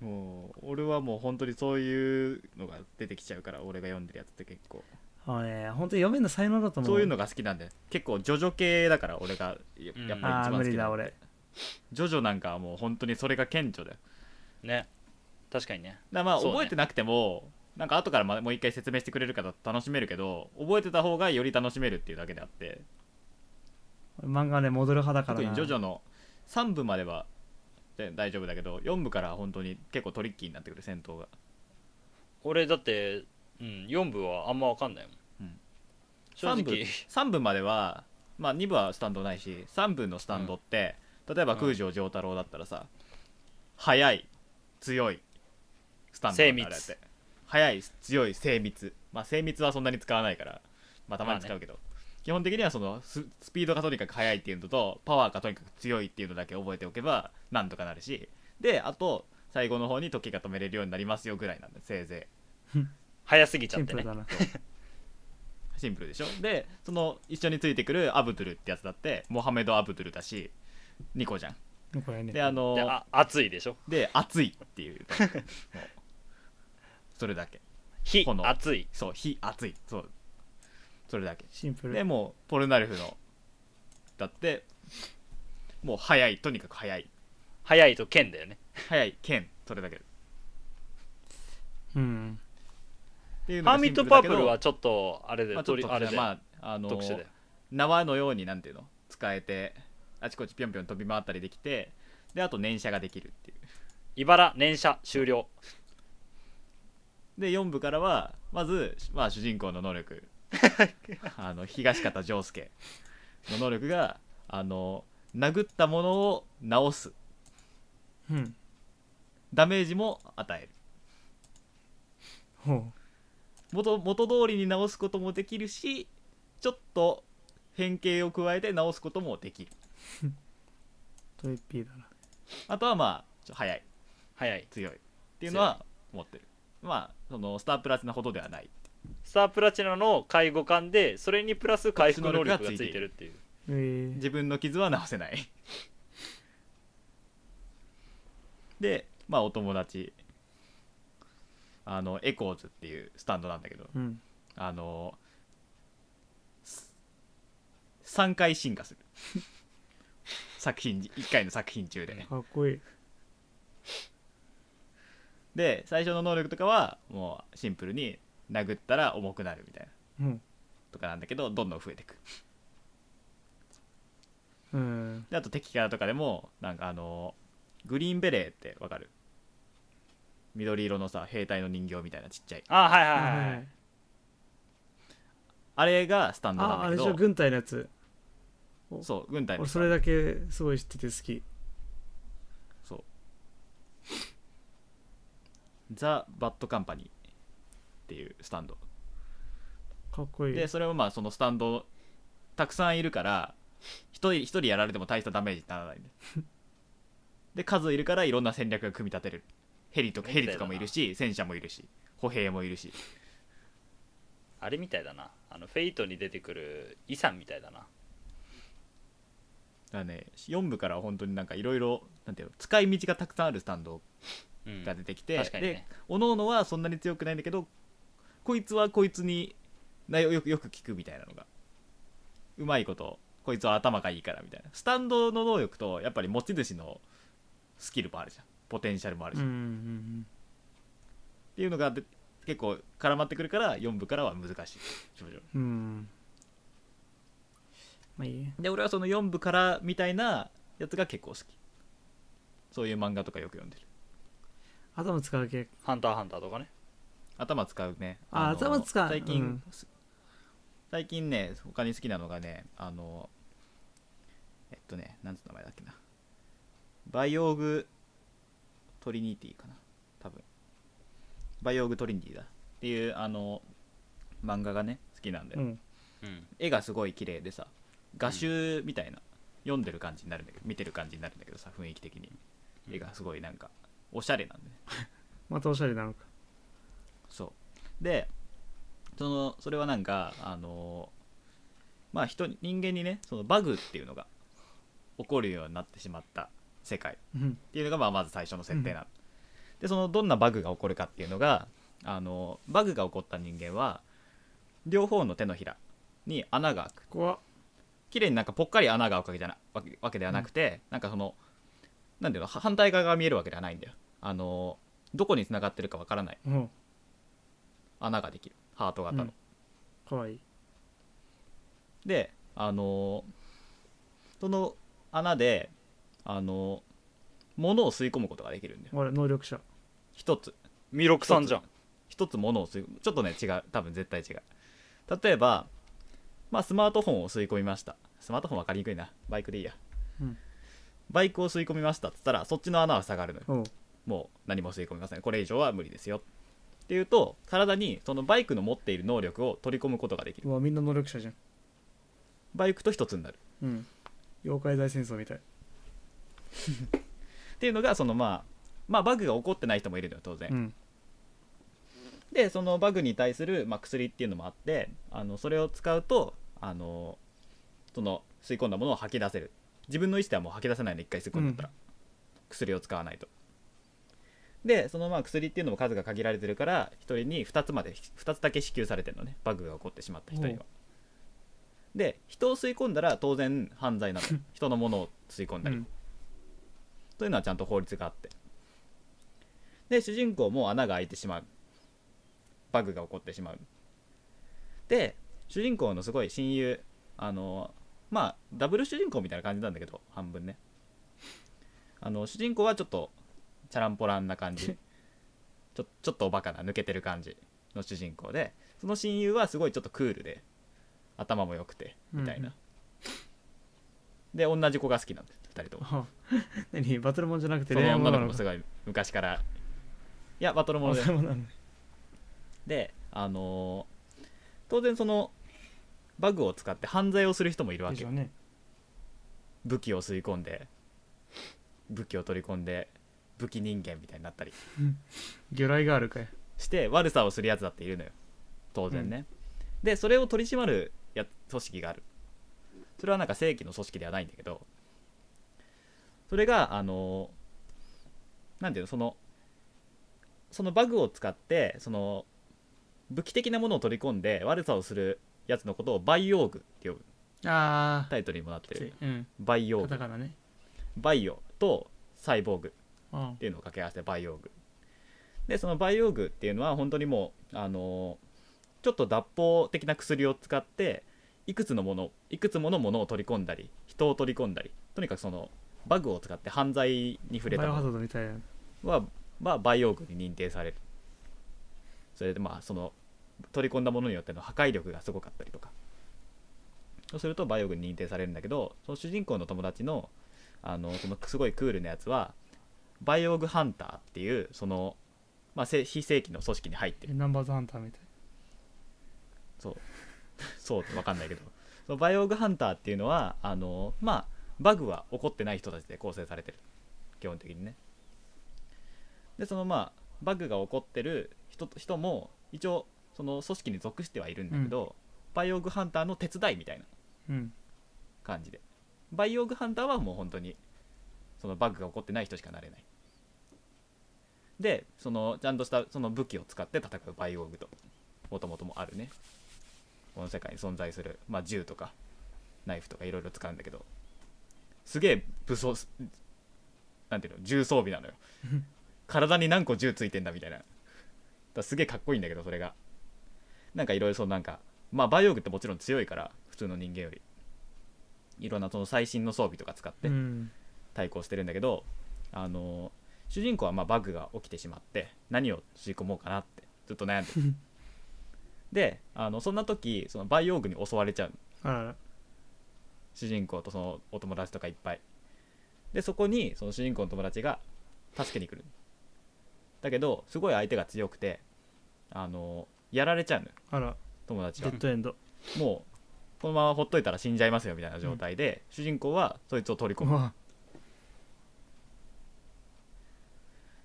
[SPEAKER 3] もう俺はもう本当にそういうのが出てきちゃうから俺が読んでるやつって結構
[SPEAKER 2] あのね本当に読めんの才能だと思う
[SPEAKER 3] そういうのが好きなんで結構ジョジョ系だから俺がや
[SPEAKER 1] うん
[SPEAKER 3] やっぱ
[SPEAKER 2] あ
[SPEAKER 3] り
[SPEAKER 2] あ
[SPEAKER 3] 一
[SPEAKER 2] ー
[SPEAKER 3] 番好
[SPEAKER 2] 無
[SPEAKER 3] き
[SPEAKER 2] 理
[SPEAKER 3] な
[SPEAKER 2] だ
[SPEAKER 3] の
[SPEAKER 2] 俺
[SPEAKER 3] ジョジョなんかはもう本当にそれが顕著だよ
[SPEAKER 1] ね確かにね
[SPEAKER 3] だからまあ
[SPEAKER 1] そうね
[SPEAKER 3] 覚えてなくても、なんか後からまもう一回説明してくれるから楽しめるけど覚えてた方がより楽しめるっていうだけであって
[SPEAKER 2] 漫画はね戻る派だから
[SPEAKER 3] 特
[SPEAKER 2] な
[SPEAKER 3] にジョジョの3部まではで大丈夫だけど4部からは本当に結構トリッキーになってくる戦闘が
[SPEAKER 1] 俺だって、うん、4部はあんま分かんないもん、
[SPEAKER 3] うん
[SPEAKER 1] 正
[SPEAKER 3] 3部
[SPEAKER 1] 直
[SPEAKER 3] 3部までは、まあ、2部はスタンドないし3部のスタンドって、例えば空城城太郎だったらさ、速い強いスタンドなんだ
[SPEAKER 1] 精密
[SPEAKER 3] あれって速い強い精密まあ精密はそんなに使わないからまあたまに
[SPEAKER 1] まあね
[SPEAKER 3] 使うけど、基本的にはそのススピードがとにかく速いっていうのとパワーがとにかく強いっていうのだけ覚えておけばなんとかなるしであと最後の方に時が止めれるようになりますよぐらいなんでせいぜい
[SPEAKER 1] 早すぎち
[SPEAKER 2] シ
[SPEAKER 1] ゃっ
[SPEAKER 2] ン
[SPEAKER 1] て
[SPEAKER 2] プル
[SPEAKER 1] ね
[SPEAKER 2] だな
[SPEAKER 3] シンプルでしょでその一緒についてくるアブドゥルってやつだってモハメド・アブドゥルだし2個じゃん
[SPEAKER 2] これね
[SPEAKER 3] であの
[SPEAKER 1] であ暑いでしょ
[SPEAKER 3] で熱いっていうもうそれだけ
[SPEAKER 1] 火
[SPEAKER 3] 炎
[SPEAKER 1] 暑い
[SPEAKER 3] そう火熱いそうそれだけ
[SPEAKER 2] シンプル
[SPEAKER 3] でもうポルナレフのだってもう速いとにかく速い
[SPEAKER 1] 早いと剣だよね
[SPEAKER 3] 速い剣それだけっ
[SPEAKER 2] うん
[SPEAKER 3] ていうの
[SPEAKER 1] ハー
[SPEAKER 3] が
[SPEAKER 1] ミッ
[SPEAKER 3] シン
[SPEAKER 1] ト
[SPEAKER 3] プ
[SPEAKER 1] パー
[SPEAKER 3] だけ
[SPEAKER 1] プ
[SPEAKER 3] ど
[SPEAKER 1] ルはちょっとあれで、
[SPEAKER 3] まあ、ちょっ
[SPEAKER 1] 鳥
[SPEAKER 3] と
[SPEAKER 1] あれで、
[SPEAKER 3] まああの
[SPEAKER 1] 特殊だよ
[SPEAKER 3] 縄のようになんていうの使えてあちこちぴょんぴょん飛び回ったりできてであと連射ができるっていう
[SPEAKER 1] 茨連射終了
[SPEAKER 3] で4部からはまず、まあ、主人公の能 (laughs) 力あの東方丈介の能力があの殴ったものを直す
[SPEAKER 2] うん
[SPEAKER 3] ダメージも与える
[SPEAKER 2] ほ
[SPEAKER 3] 元元通りに直すこともできるしちょっと変形を加えて直すこともできる
[SPEAKER 2] トエピーだな
[SPEAKER 3] あとはまあちょ早い
[SPEAKER 1] 早い
[SPEAKER 3] 強いっていうのは持ってるまあそのスタープラチナほどではない
[SPEAKER 1] スタープラチナの介護官でそれにプラス回復能力がついてるっていう
[SPEAKER 2] えー、
[SPEAKER 3] 自分の傷は治せないでまあお友達あのエコーズっていうスタンドなんだけど
[SPEAKER 2] うん
[SPEAKER 3] あのす3回進化する作品1回の作品中で
[SPEAKER 2] かっこいい
[SPEAKER 3] で最初の能力とかはもうシンプルに殴ったら重くなるみたいな
[SPEAKER 2] うん
[SPEAKER 3] とかなんだけどどんどん増えていく
[SPEAKER 2] うん
[SPEAKER 3] であと敵キャラとかでもなんかあのグリーンベレーってわかる緑色のさ兵隊の人形みたいなちっちゃい
[SPEAKER 1] あはい
[SPEAKER 2] あ
[SPEAKER 1] はいはい、はい、
[SPEAKER 3] あれがスタンド
[SPEAKER 2] あ
[SPEAKER 3] な
[SPEAKER 2] あ
[SPEAKER 3] ん
[SPEAKER 2] れ
[SPEAKER 3] だ
[SPEAKER 2] でしょ
[SPEAKER 3] け
[SPEAKER 2] 軍隊のやつ
[SPEAKER 3] どそう軍隊の
[SPEAKER 2] 俺
[SPEAKER 3] スタ
[SPEAKER 2] そ
[SPEAKER 3] ンド
[SPEAKER 2] れだけすごい知ってて好き
[SPEAKER 3] そうザ・バッドカンパニーっていうスタンド
[SPEAKER 2] かっこいい
[SPEAKER 3] でそれはまあそのスタンドたくさんいるから一人一人やられても大したダメージにならないんで
[SPEAKER 2] (laughs)
[SPEAKER 3] で数いるからいろんな戦略が組み立てれるヘリとかヘリとかもいるし戦車もいるし歩兵もいるし
[SPEAKER 1] あれみたいだなあのフェイトに出てくるイさんみたいだな
[SPEAKER 3] だからね4部からは本当になんかいろいろなんていうの使い道がたくさんあるスタンド
[SPEAKER 1] うん
[SPEAKER 3] が出てきて、
[SPEAKER 1] 確かにね
[SPEAKER 3] でおのおのはそんなに強くないんだけどこいつはこいつに内容よくよく聞くみたいなのがうまいことこいつは頭がいいからみたいなスタンドの能力とやっぱり持ち主のスキルもあるじゃんポテンシャルもある
[SPEAKER 2] うん
[SPEAKER 3] じ
[SPEAKER 2] う
[SPEAKER 3] ゃん、
[SPEAKER 2] んうん
[SPEAKER 3] っていうのがで結構絡まってくるから4部からは難しい徐々に
[SPEAKER 2] うんまあいいね
[SPEAKER 3] で俺はその4部からみたいなやつが結構好きそういう漫画とかよく読んでる
[SPEAKER 2] 頭使う系
[SPEAKER 1] ハンターハンターとかね
[SPEAKER 3] 頭使うね
[SPEAKER 2] あ
[SPEAKER 3] の
[SPEAKER 2] 頭使う
[SPEAKER 3] 最近、
[SPEAKER 2] うん
[SPEAKER 3] 最近ね他に好きなのがねあのえっとねなんつう名前だっけなバイオーグトリニティかな多分バイオーグトリニティだっていうあの漫画がね好きなんだよ、
[SPEAKER 2] うん
[SPEAKER 1] うん
[SPEAKER 3] 絵がすごい綺麗でさ画集みたいな、読んでる感じになるんだけど見てる感じになるんだけどさ雰囲気的に
[SPEAKER 1] うん
[SPEAKER 3] 絵がすごいなんかおしゃれなんでね
[SPEAKER 2] またおしゃれなのか
[SPEAKER 3] そうでそのそれはなんかあのまあ人に人間にねそのバグっていうのが起こるようになってしまった世界
[SPEAKER 2] うん
[SPEAKER 3] っていうのがまあまず最初の設定なの、でそのどんなバグが起こるかっていうのがあのバグが起こった人間は両方の手のひらに穴が開く
[SPEAKER 2] 怖っ
[SPEAKER 3] 綺麗になんかぽっかり穴が開くわけじゃなわけわけではなくて、なんかそのなんていうの反対側が見えるわけではないんだよあのどこに繋がってるかわからない
[SPEAKER 2] うん
[SPEAKER 3] 穴ができるハート型の、
[SPEAKER 2] うんかわいい
[SPEAKER 3] であのーその穴であのー物を吸い込むことができるんだよ
[SPEAKER 2] 俺能力者
[SPEAKER 3] 一つ
[SPEAKER 1] 弥勒さんじゃん
[SPEAKER 3] 一つ物を吸いちょっとね違う多分絶対違う例えばまあスマートフォンを吸い込みましたスマートフォン分かりにくいなバイクでいいや、
[SPEAKER 2] うん
[SPEAKER 3] バイクを吸い込みましたっつったらそっちの穴は下がるのよ
[SPEAKER 2] おう
[SPEAKER 3] もう何も吸い込みませんこれ以上は無理ですよっていうと体にそのバイクの持っている能力を取り込むことができる
[SPEAKER 2] うわみんな能力者じゃん
[SPEAKER 3] バイクと一つになる
[SPEAKER 2] うん妖怪大戦争みたい
[SPEAKER 3] っていうのがそのまあまあバグが起こってない人もいるのよ当然、
[SPEAKER 2] うん
[SPEAKER 3] でそのバグに対する、まあ、薬っていうのもあってあのそれを使うとあのその吸い込んだものを吐き出せる自分の意思ではもう吐き出せないの一回吸い込んだったら、薬を使わないとでそのまあ薬っていうのも数が限られてるから1人に2つまで2つだけ支給されてるのねバグが起こってしまった人にはで人を吸い込んだら当然犯罪なのよ人のものを吸い込ん
[SPEAKER 2] う
[SPEAKER 3] だり、
[SPEAKER 2] ん
[SPEAKER 3] というのはちゃんと法律があってで主人公も穴が開いてしまうバグが起こってしまうで主人公のすごい親友あのまあダブル主人公みたいな感じなんだけど半分ねあの主人公はちょっとチャランポランな感じ (laughs) ちょちょっとおバカな抜けてる感じの主人公でその親友はすごいちょっとクールで頭も良くてみたい
[SPEAKER 2] う
[SPEAKER 3] な、
[SPEAKER 2] ん
[SPEAKER 3] で同じ子が好きなんです2人とも
[SPEAKER 2] あ (laughs) 何バトルモンじゃなくて
[SPEAKER 3] そ
[SPEAKER 2] 恋
[SPEAKER 3] の
[SPEAKER 2] 愛も
[SPEAKER 3] 女
[SPEAKER 2] の
[SPEAKER 3] の
[SPEAKER 2] なのか
[SPEAKER 3] 子もすごい昔からいやバトルもの
[SPEAKER 2] バ
[SPEAKER 3] で
[SPEAKER 2] ト
[SPEAKER 3] (laughs)
[SPEAKER 2] ルモンなの
[SPEAKER 3] であのー当然そのバグを使って犯罪をする人もいるわ
[SPEAKER 2] でし
[SPEAKER 3] け
[SPEAKER 2] ょうね
[SPEAKER 3] 武器を吸い込んで武器を取り込んで武器人間みたいになったり
[SPEAKER 2] 魚雷があるかい
[SPEAKER 3] して悪さをするやつだっているのよ当然ね、でそれを取り締まるや組織があるそれはなんか正規の組織ではないんだけどそれがあのなんていうのそのそのバグを使ってその武器的なものを取り込んで悪さをするやつのことをバイオーグって呼ぶ
[SPEAKER 2] ああ
[SPEAKER 3] タイトルにもなって
[SPEAKER 2] きつい
[SPEAKER 3] る
[SPEAKER 2] うん
[SPEAKER 3] バイオー
[SPEAKER 2] カタ
[SPEAKER 3] グ
[SPEAKER 2] カナね
[SPEAKER 3] バイオとサイボーグ
[SPEAKER 2] あ
[SPEAKER 3] っていうのを掛け合わせてバイオーグでそのバイオーグっていうのは本当にもうあのちょっと脱法的な薬を使っていくつのものいくつものものを取り込んだり人を取り込んだりとにかくそのバグを使って犯罪に触れた
[SPEAKER 2] バイオハ
[SPEAKER 3] の
[SPEAKER 2] ザードみたいな
[SPEAKER 3] は、まあ、バイオーグに認定されるそれでまあその取り込んだものによっての破壊力がすごかったりとかそうするとバイオーグに認定されるんだけどその主人公の友達のあのそのすごいクールなやつはバイオーグハンターっていうその、まあ、せ非正規の組織に入ってる
[SPEAKER 2] ナンバーズハンターみたい
[SPEAKER 3] そうそうって分かんないけどそのバイオーグハンターっていうのはあのまあバグは起こってない人たちで構成されてる基本的にねでそのまあバグが起こってる人と人も一応その組織に属してはいるんだけど、バイオーグハンターの手伝いみたいな
[SPEAKER 2] うん
[SPEAKER 3] 感じでバイオーグハンターはもう本当にそのバグが起こってない人しかなれないでそのちゃんとしたその武器を使って戦うバイオーグともともともあるねこの世界に存在する、まあ、銃とかナイフとかいろいろ使うんだけどすげえ武装すなんていうの重装備なのよ体に何個銃ついてんだみたいなだからすげえかっこいいんだけどそれがなんかいろいろそのなんかまあバイオーグってもちろん強いから普通の人間よりいろんなその最新の装備とか使って
[SPEAKER 2] うん
[SPEAKER 3] 対抗してるんだけど、あの主人公はまあバグが起きてしまって何を吸い込もうかなってずっと悩んでるであのそんな時そのバイオーグに襲われちゃう
[SPEAKER 2] あらら
[SPEAKER 3] 主人公とそのお友達とかいっぱいでそこにその主人公の友達が助けに来るだけどすごい相手が強くてあのやられちゃうのよ
[SPEAKER 2] あら
[SPEAKER 3] 友達
[SPEAKER 2] デ
[SPEAKER 3] が
[SPEAKER 2] ッドエンド
[SPEAKER 3] もうこのままほっといたら死んじゃいますよみたいな状態で、主人公はそいつを取り込
[SPEAKER 2] う
[SPEAKER 3] む
[SPEAKER 2] わ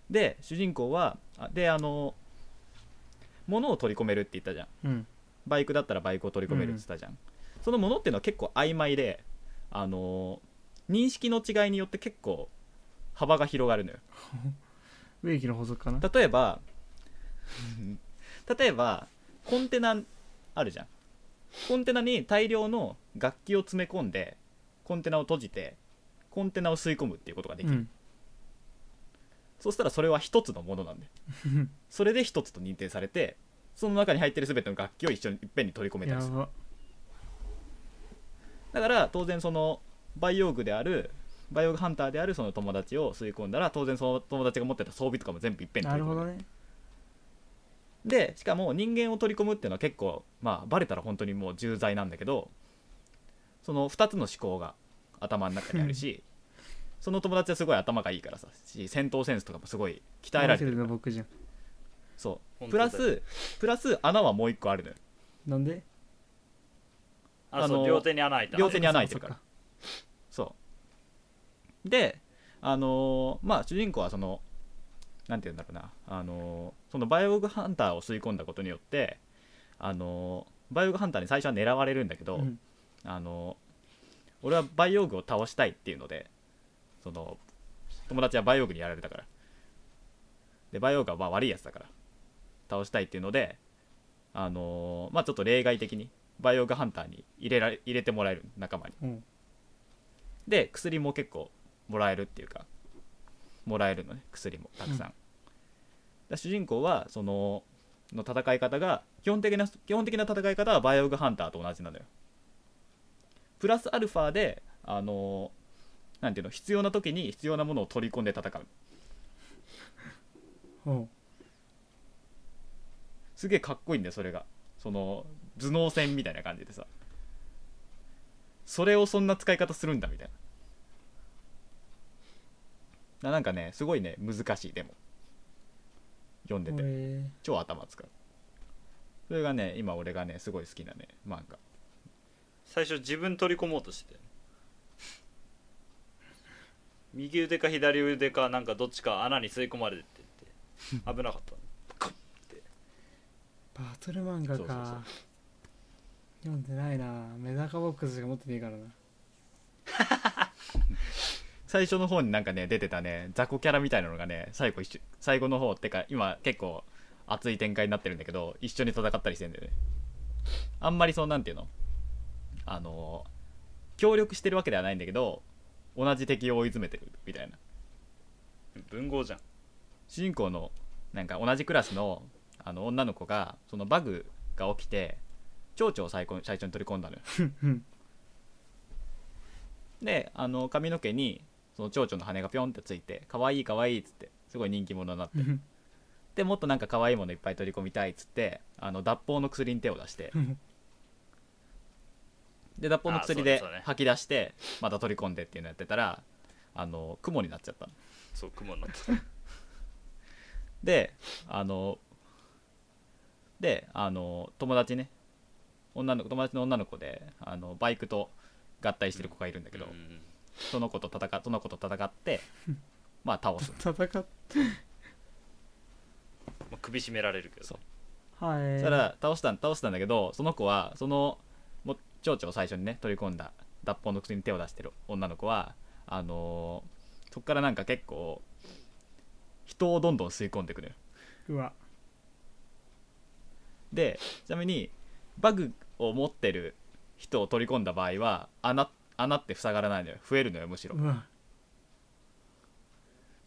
[SPEAKER 3] で主人公はあであの物を取り込めるって言ったじゃん
[SPEAKER 2] うん
[SPEAKER 3] バイクだったらバイクを取り込めるって言ったじゃん、その物っていうのは結構曖昧であの認識の違いによって結構幅が広がるのよ
[SPEAKER 2] 植木の法則かな
[SPEAKER 3] 例えば (laughs) 例えばコンテナあるじゃんコンテナに大量の楽器を詰め込んでコンテナを閉じてコンテナを吸い込むっていうことができ
[SPEAKER 2] う
[SPEAKER 3] る、
[SPEAKER 2] ん
[SPEAKER 3] そうしたらそれは一つのものなんで (laughs) それで一つと認定されてその中に入ってる全ての楽器を一緒にいっぺんに取り込めた
[SPEAKER 2] や
[SPEAKER 3] りする
[SPEAKER 2] ば
[SPEAKER 3] だから当然そのバイオーグであるバイオーグハンターであるその友達を吸い込んだら当然その友達が持ってた装備とかも全部いっぺんに
[SPEAKER 2] な
[SPEAKER 3] 取
[SPEAKER 2] る
[SPEAKER 3] り込
[SPEAKER 2] ほど
[SPEAKER 3] める
[SPEAKER 2] ね
[SPEAKER 3] でしかも人間を取り込むっていうのは結構まあバレたら本当にもう重罪なんだけどその2つの思考が頭の中にあるしその友達はすごい頭がいいからさし戦闘センスとかもすごい鍛えられて
[SPEAKER 2] る
[SPEAKER 3] る
[SPEAKER 2] の僕じゃん
[SPEAKER 3] そう
[SPEAKER 1] 本
[SPEAKER 3] プ
[SPEAKER 1] 当だ
[SPEAKER 3] ラスプラス穴はもう1個あるのよ
[SPEAKER 2] なんで
[SPEAKER 1] あ
[SPEAKER 3] あ
[SPEAKER 1] そ
[SPEAKER 3] の
[SPEAKER 1] う両手に穴開いた
[SPEAKER 3] 両手に穴開いてるから
[SPEAKER 2] そっ
[SPEAKER 3] そうであのーまあ主人公はそのなんて言うんだろうな、あのーそのバイオーグハンターを吸い込んだことによって、あのーバイオーグハンターに最初は狙われるんだけど、
[SPEAKER 2] そっかうん
[SPEAKER 3] あの俺はバイオーグを倒したいっていうのでその友達はバイオーグにやられたからでバイオーグはまあ悪いやつだから倒したいっていうのであのまあちょっと例外的にバイオーグハンターに入れられ入れてもらえる仲間に
[SPEAKER 2] うん
[SPEAKER 3] で薬も結構もらえるっていうかもらえるのね薬もたくさん、だから主人公はそのの戦い方が基本的な基本的な戦い方はバイオグハンターと同じなのよプラスアルファであのなんていうの必要な時に必要なものを取り込んで戦う
[SPEAKER 2] おう
[SPEAKER 3] すげえかっこいいんだよそれがその頭脳戦みたいな感じでさそれをそんな使い方するんだみたいなななんかねすごいね難しいでも読んでて
[SPEAKER 2] へ
[SPEAKER 3] 超頭使うそれがね今俺がねすごい好きなね漫画
[SPEAKER 1] 最初自分取り込もうとしてたよ右腕か左腕かなんかどっちか穴に吸い込まれてって危なかった
[SPEAKER 2] バトル漫画か
[SPEAKER 1] そうそうそう
[SPEAKER 2] 読んでないなメダカボックスしか持ってねえからな
[SPEAKER 3] 最初の方になんかね出てたね雑魚キャラみたいなのがね最後一緒最後の方ってか今結構熱い展開になってるんだけど一緒に戦ったりしてんだよねあんまりそうなんていうのあの協力してるわけではないんだけど同じ敵を追い詰めてるみたいな
[SPEAKER 1] 文豪じゃん
[SPEAKER 3] 主人公のなんか同じクラスのあの女の子がそのバグが起きて蝶々を最高最初に取り込んだのよ
[SPEAKER 1] (laughs)
[SPEAKER 2] うん
[SPEAKER 3] であの髪の毛にその蝶々の羽がピョンってついて可愛い可愛いっつってすごい人気者になって
[SPEAKER 2] うん
[SPEAKER 3] でもっとなんか可愛いものいっぱい取り込みたいっつってあの脱法の薬に手を出
[SPEAKER 1] (laughs)
[SPEAKER 3] して
[SPEAKER 2] うん
[SPEAKER 3] で脱法の薬で
[SPEAKER 1] そうだそうだね
[SPEAKER 3] 吐き出してまた取り込んでっていうのやってたらあの雲になっちゃったの
[SPEAKER 1] そう雲になってた
[SPEAKER 3] であのであの友達ね女の子友達の女の子であのバイクと合体してる子がいるんだけど、
[SPEAKER 1] うん
[SPEAKER 3] その子と戦その子と
[SPEAKER 1] (laughs)
[SPEAKER 3] 戦ってまあ倒す
[SPEAKER 2] 戦っ
[SPEAKER 1] まあ、首絞められるけど
[SPEAKER 3] そう
[SPEAKER 2] はい
[SPEAKER 3] そしたら倒したん倒したんだけどその子はそのも蝶々を最初にね取り込んだ脱法の薬に手を出してる女の子はあのーそっからなんか結構人をどんどん吸い込んでくる
[SPEAKER 2] うわ
[SPEAKER 3] でちなみにバグを持ってる人を取り込んだ場合は穴穴って塞がらないのよ増えるのよむしろっ
[SPEAKER 2] うわ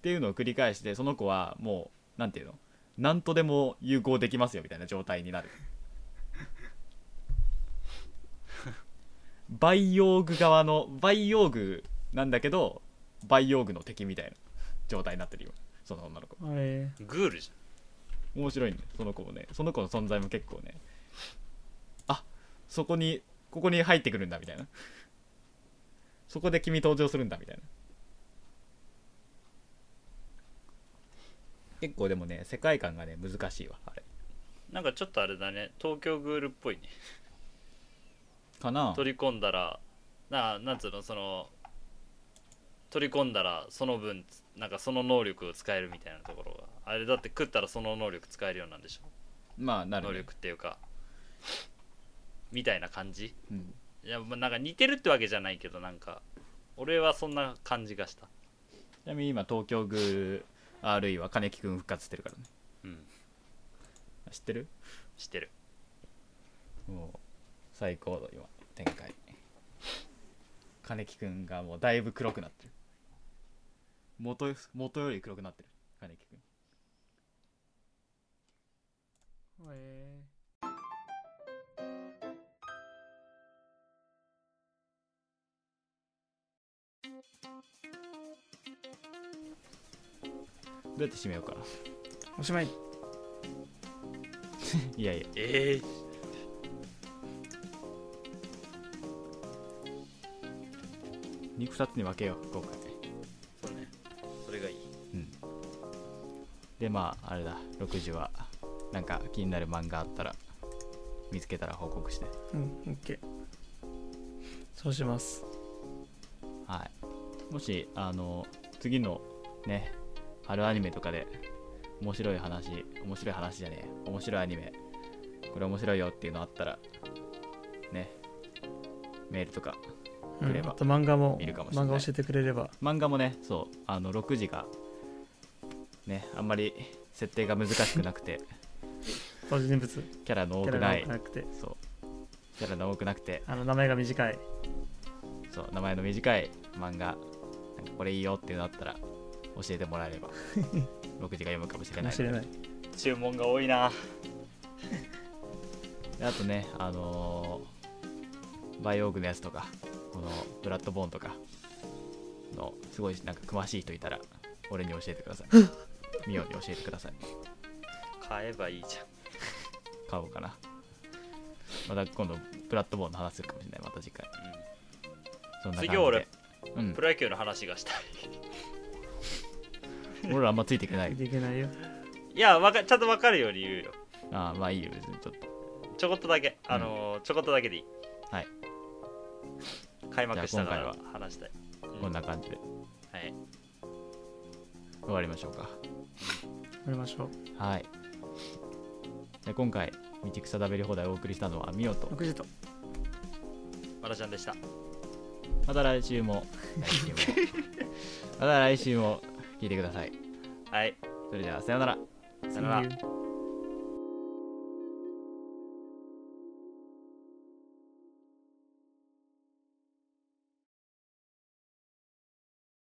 [SPEAKER 3] ていうのを繰り返してその子はもうなんていうのなんとでも融合できますよみたいな状態になる培養具側の培養具なんだけど培養具の敵みたいな状態になってるよその女の子
[SPEAKER 2] あれ
[SPEAKER 1] グールじ
[SPEAKER 3] 面白いねその子もねその子の存在も結構ねあそこにここに入ってくるんだみたいなそこで君登場するんだみたいな結構でもね世界観がね難しいわあれ
[SPEAKER 1] ゃんなんかちょっとあれだね東京グールっぽいね
[SPEAKER 3] かな
[SPEAKER 1] 取り込んだらななんつうのその取り込んだらその分なんかその能力を使えるみたいなところがあれだって食ったらその能力使えるようになるんでしょ
[SPEAKER 3] まあなる
[SPEAKER 1] 能
[SPEAKER 3] ね、
[SPEAKER 1] 力っていうかみたいな感じ
[SPEAKER 3] うん
[SPEAKER 1] いやまあなんか似てるってわけじゃないけどなんか俺はそんな感じがした
[SPEAKER 3] ちなみに今東京グール RE は金木くん復活してるからね
[SPEAKER 1] うん
[SPEAKER 3] 知ってる
[SPEAKER 1] 知ってる
[SPEAKER 3] もう最高の今展開金木くんがもうだいぶ黒くなってる元よ元より黒くなってる金木くん
[SPEAKER 2] え
[SPEAKER 3] どうやって締めようかな
[SPEAKER 2] おしまい
[SPEAKER 3] いやいや
[SPEAKER 1] ええ
[SPEAKER 3] 肉2つに分けよう今回
[SPEAKER 1] そうねそれがいい
[SPEAKER 3] うんでまああれだ6時はなんか気になる漫画あったら見つけたら報告して
[SPEAKER 2] うんオッケーそうします
[SPEAKER 3] はいもしあの次のね春アニメとかで面白い話面白い話じゃねえ面白いアニメこれ面白いよっていうのあったらねメールとか
[SPEAKER 2] うん
[SPEAKER 3] くれば
[SPEAKER 2] あと漫画も
[SPEAKER 3] 見るかもしれない
[SPEAKER 2] 漫画教えてくれれば
[SPEAKER 3] 漫画もねそうあの6時がねあんまり設定が難しくな
[SPEAKER 2] (laughs)
[SPEAKER 3] くて
[SPEAKER 2] 同時人物
[SPEAKER 3] キャラの多
[SPEAKER 2] キャ
[SPEAKER 3] く
[SPEAKER 2] ラが
[SPEAKER 3] ない
[SPEAKER 2] 多くなくて
[SPEAKER 3] そうキャラの多くなくて
[SPEAKER 2] あの名前が短い
[SPEAKER 3] そう名前の短い漫画なんかこれいいよっていうのあったら教えてもらえれ
[SPEAKER 2] (laughs)
[SPEAKER 3] ば6時が読むかもしれ
[SPEAKER 2] かも
[SPEAKER 3] ないの
[SPEAKER 2] し
[SPEAKER 3] で
[SPEAKER 2] れない
[SPEAKER 1] 注文が多いな
[SPEAKER 3] であとね、あのーバイオーグのやつとか、このブラッドボーンとかの、すごいなんか詳しい人いたら、俺に教えてください。
[SPEAKER 1] (laughs)
[SPEAKER 3] ミオに教えてください。
[SPEAKER 1] 買えばいいじゃん
[SPEAKER 3] 買おうかな。また今度、ブラッドボーンの話するかもしれない、また次回。そんな感じで。
[SPEAKER 1] 次俺
[SPEAKER 3] う
[SPEAKER 1] うん
[SPEAKER 3] ん
[SPEAKER 1] プ、ロ野球の話がしたい (laughs)
[SPEAKER 3] 俺らあんまついてくれない
[SPEAKER 2] い。けないよ
[SPEAKER 1] いやわかちゃんと分かるように言うよ
[SPEAKER 3] ああ、まあいいよ、別にちょっと。
[SPEAKER 1] ちょこっとだけあのーちょこっとだけでいい
[SPEAKER 3] はい
[SPEAKER 1] 開幕したか
[SPEAKER 3] じゃあ
[SPEAKER 1] ら
[SPEAKER 3] 今
[SPEAKER 1] 話したい、うん
[SPEAKER 3] こんな感じで。
[SPEAKER 1] はい
[SPEAKER 3] 終わりましょうか
[SPEAKER 2] りましょう
[SPEAKER 3] はいじゃあ今回「道草食べり放題」をお送りしたのはミオと
[SPEAKER 2] 6時と
[SPEAKER 1] まだちゃんでした
[SPEAKER 3] また来週も来週もまた来週も聞いてください
[SPEAKER 1] はい
[SPEAKER 3] それじゃあさようなら
[SPEAKER 1] さよなら
[SPEAKER 2] See you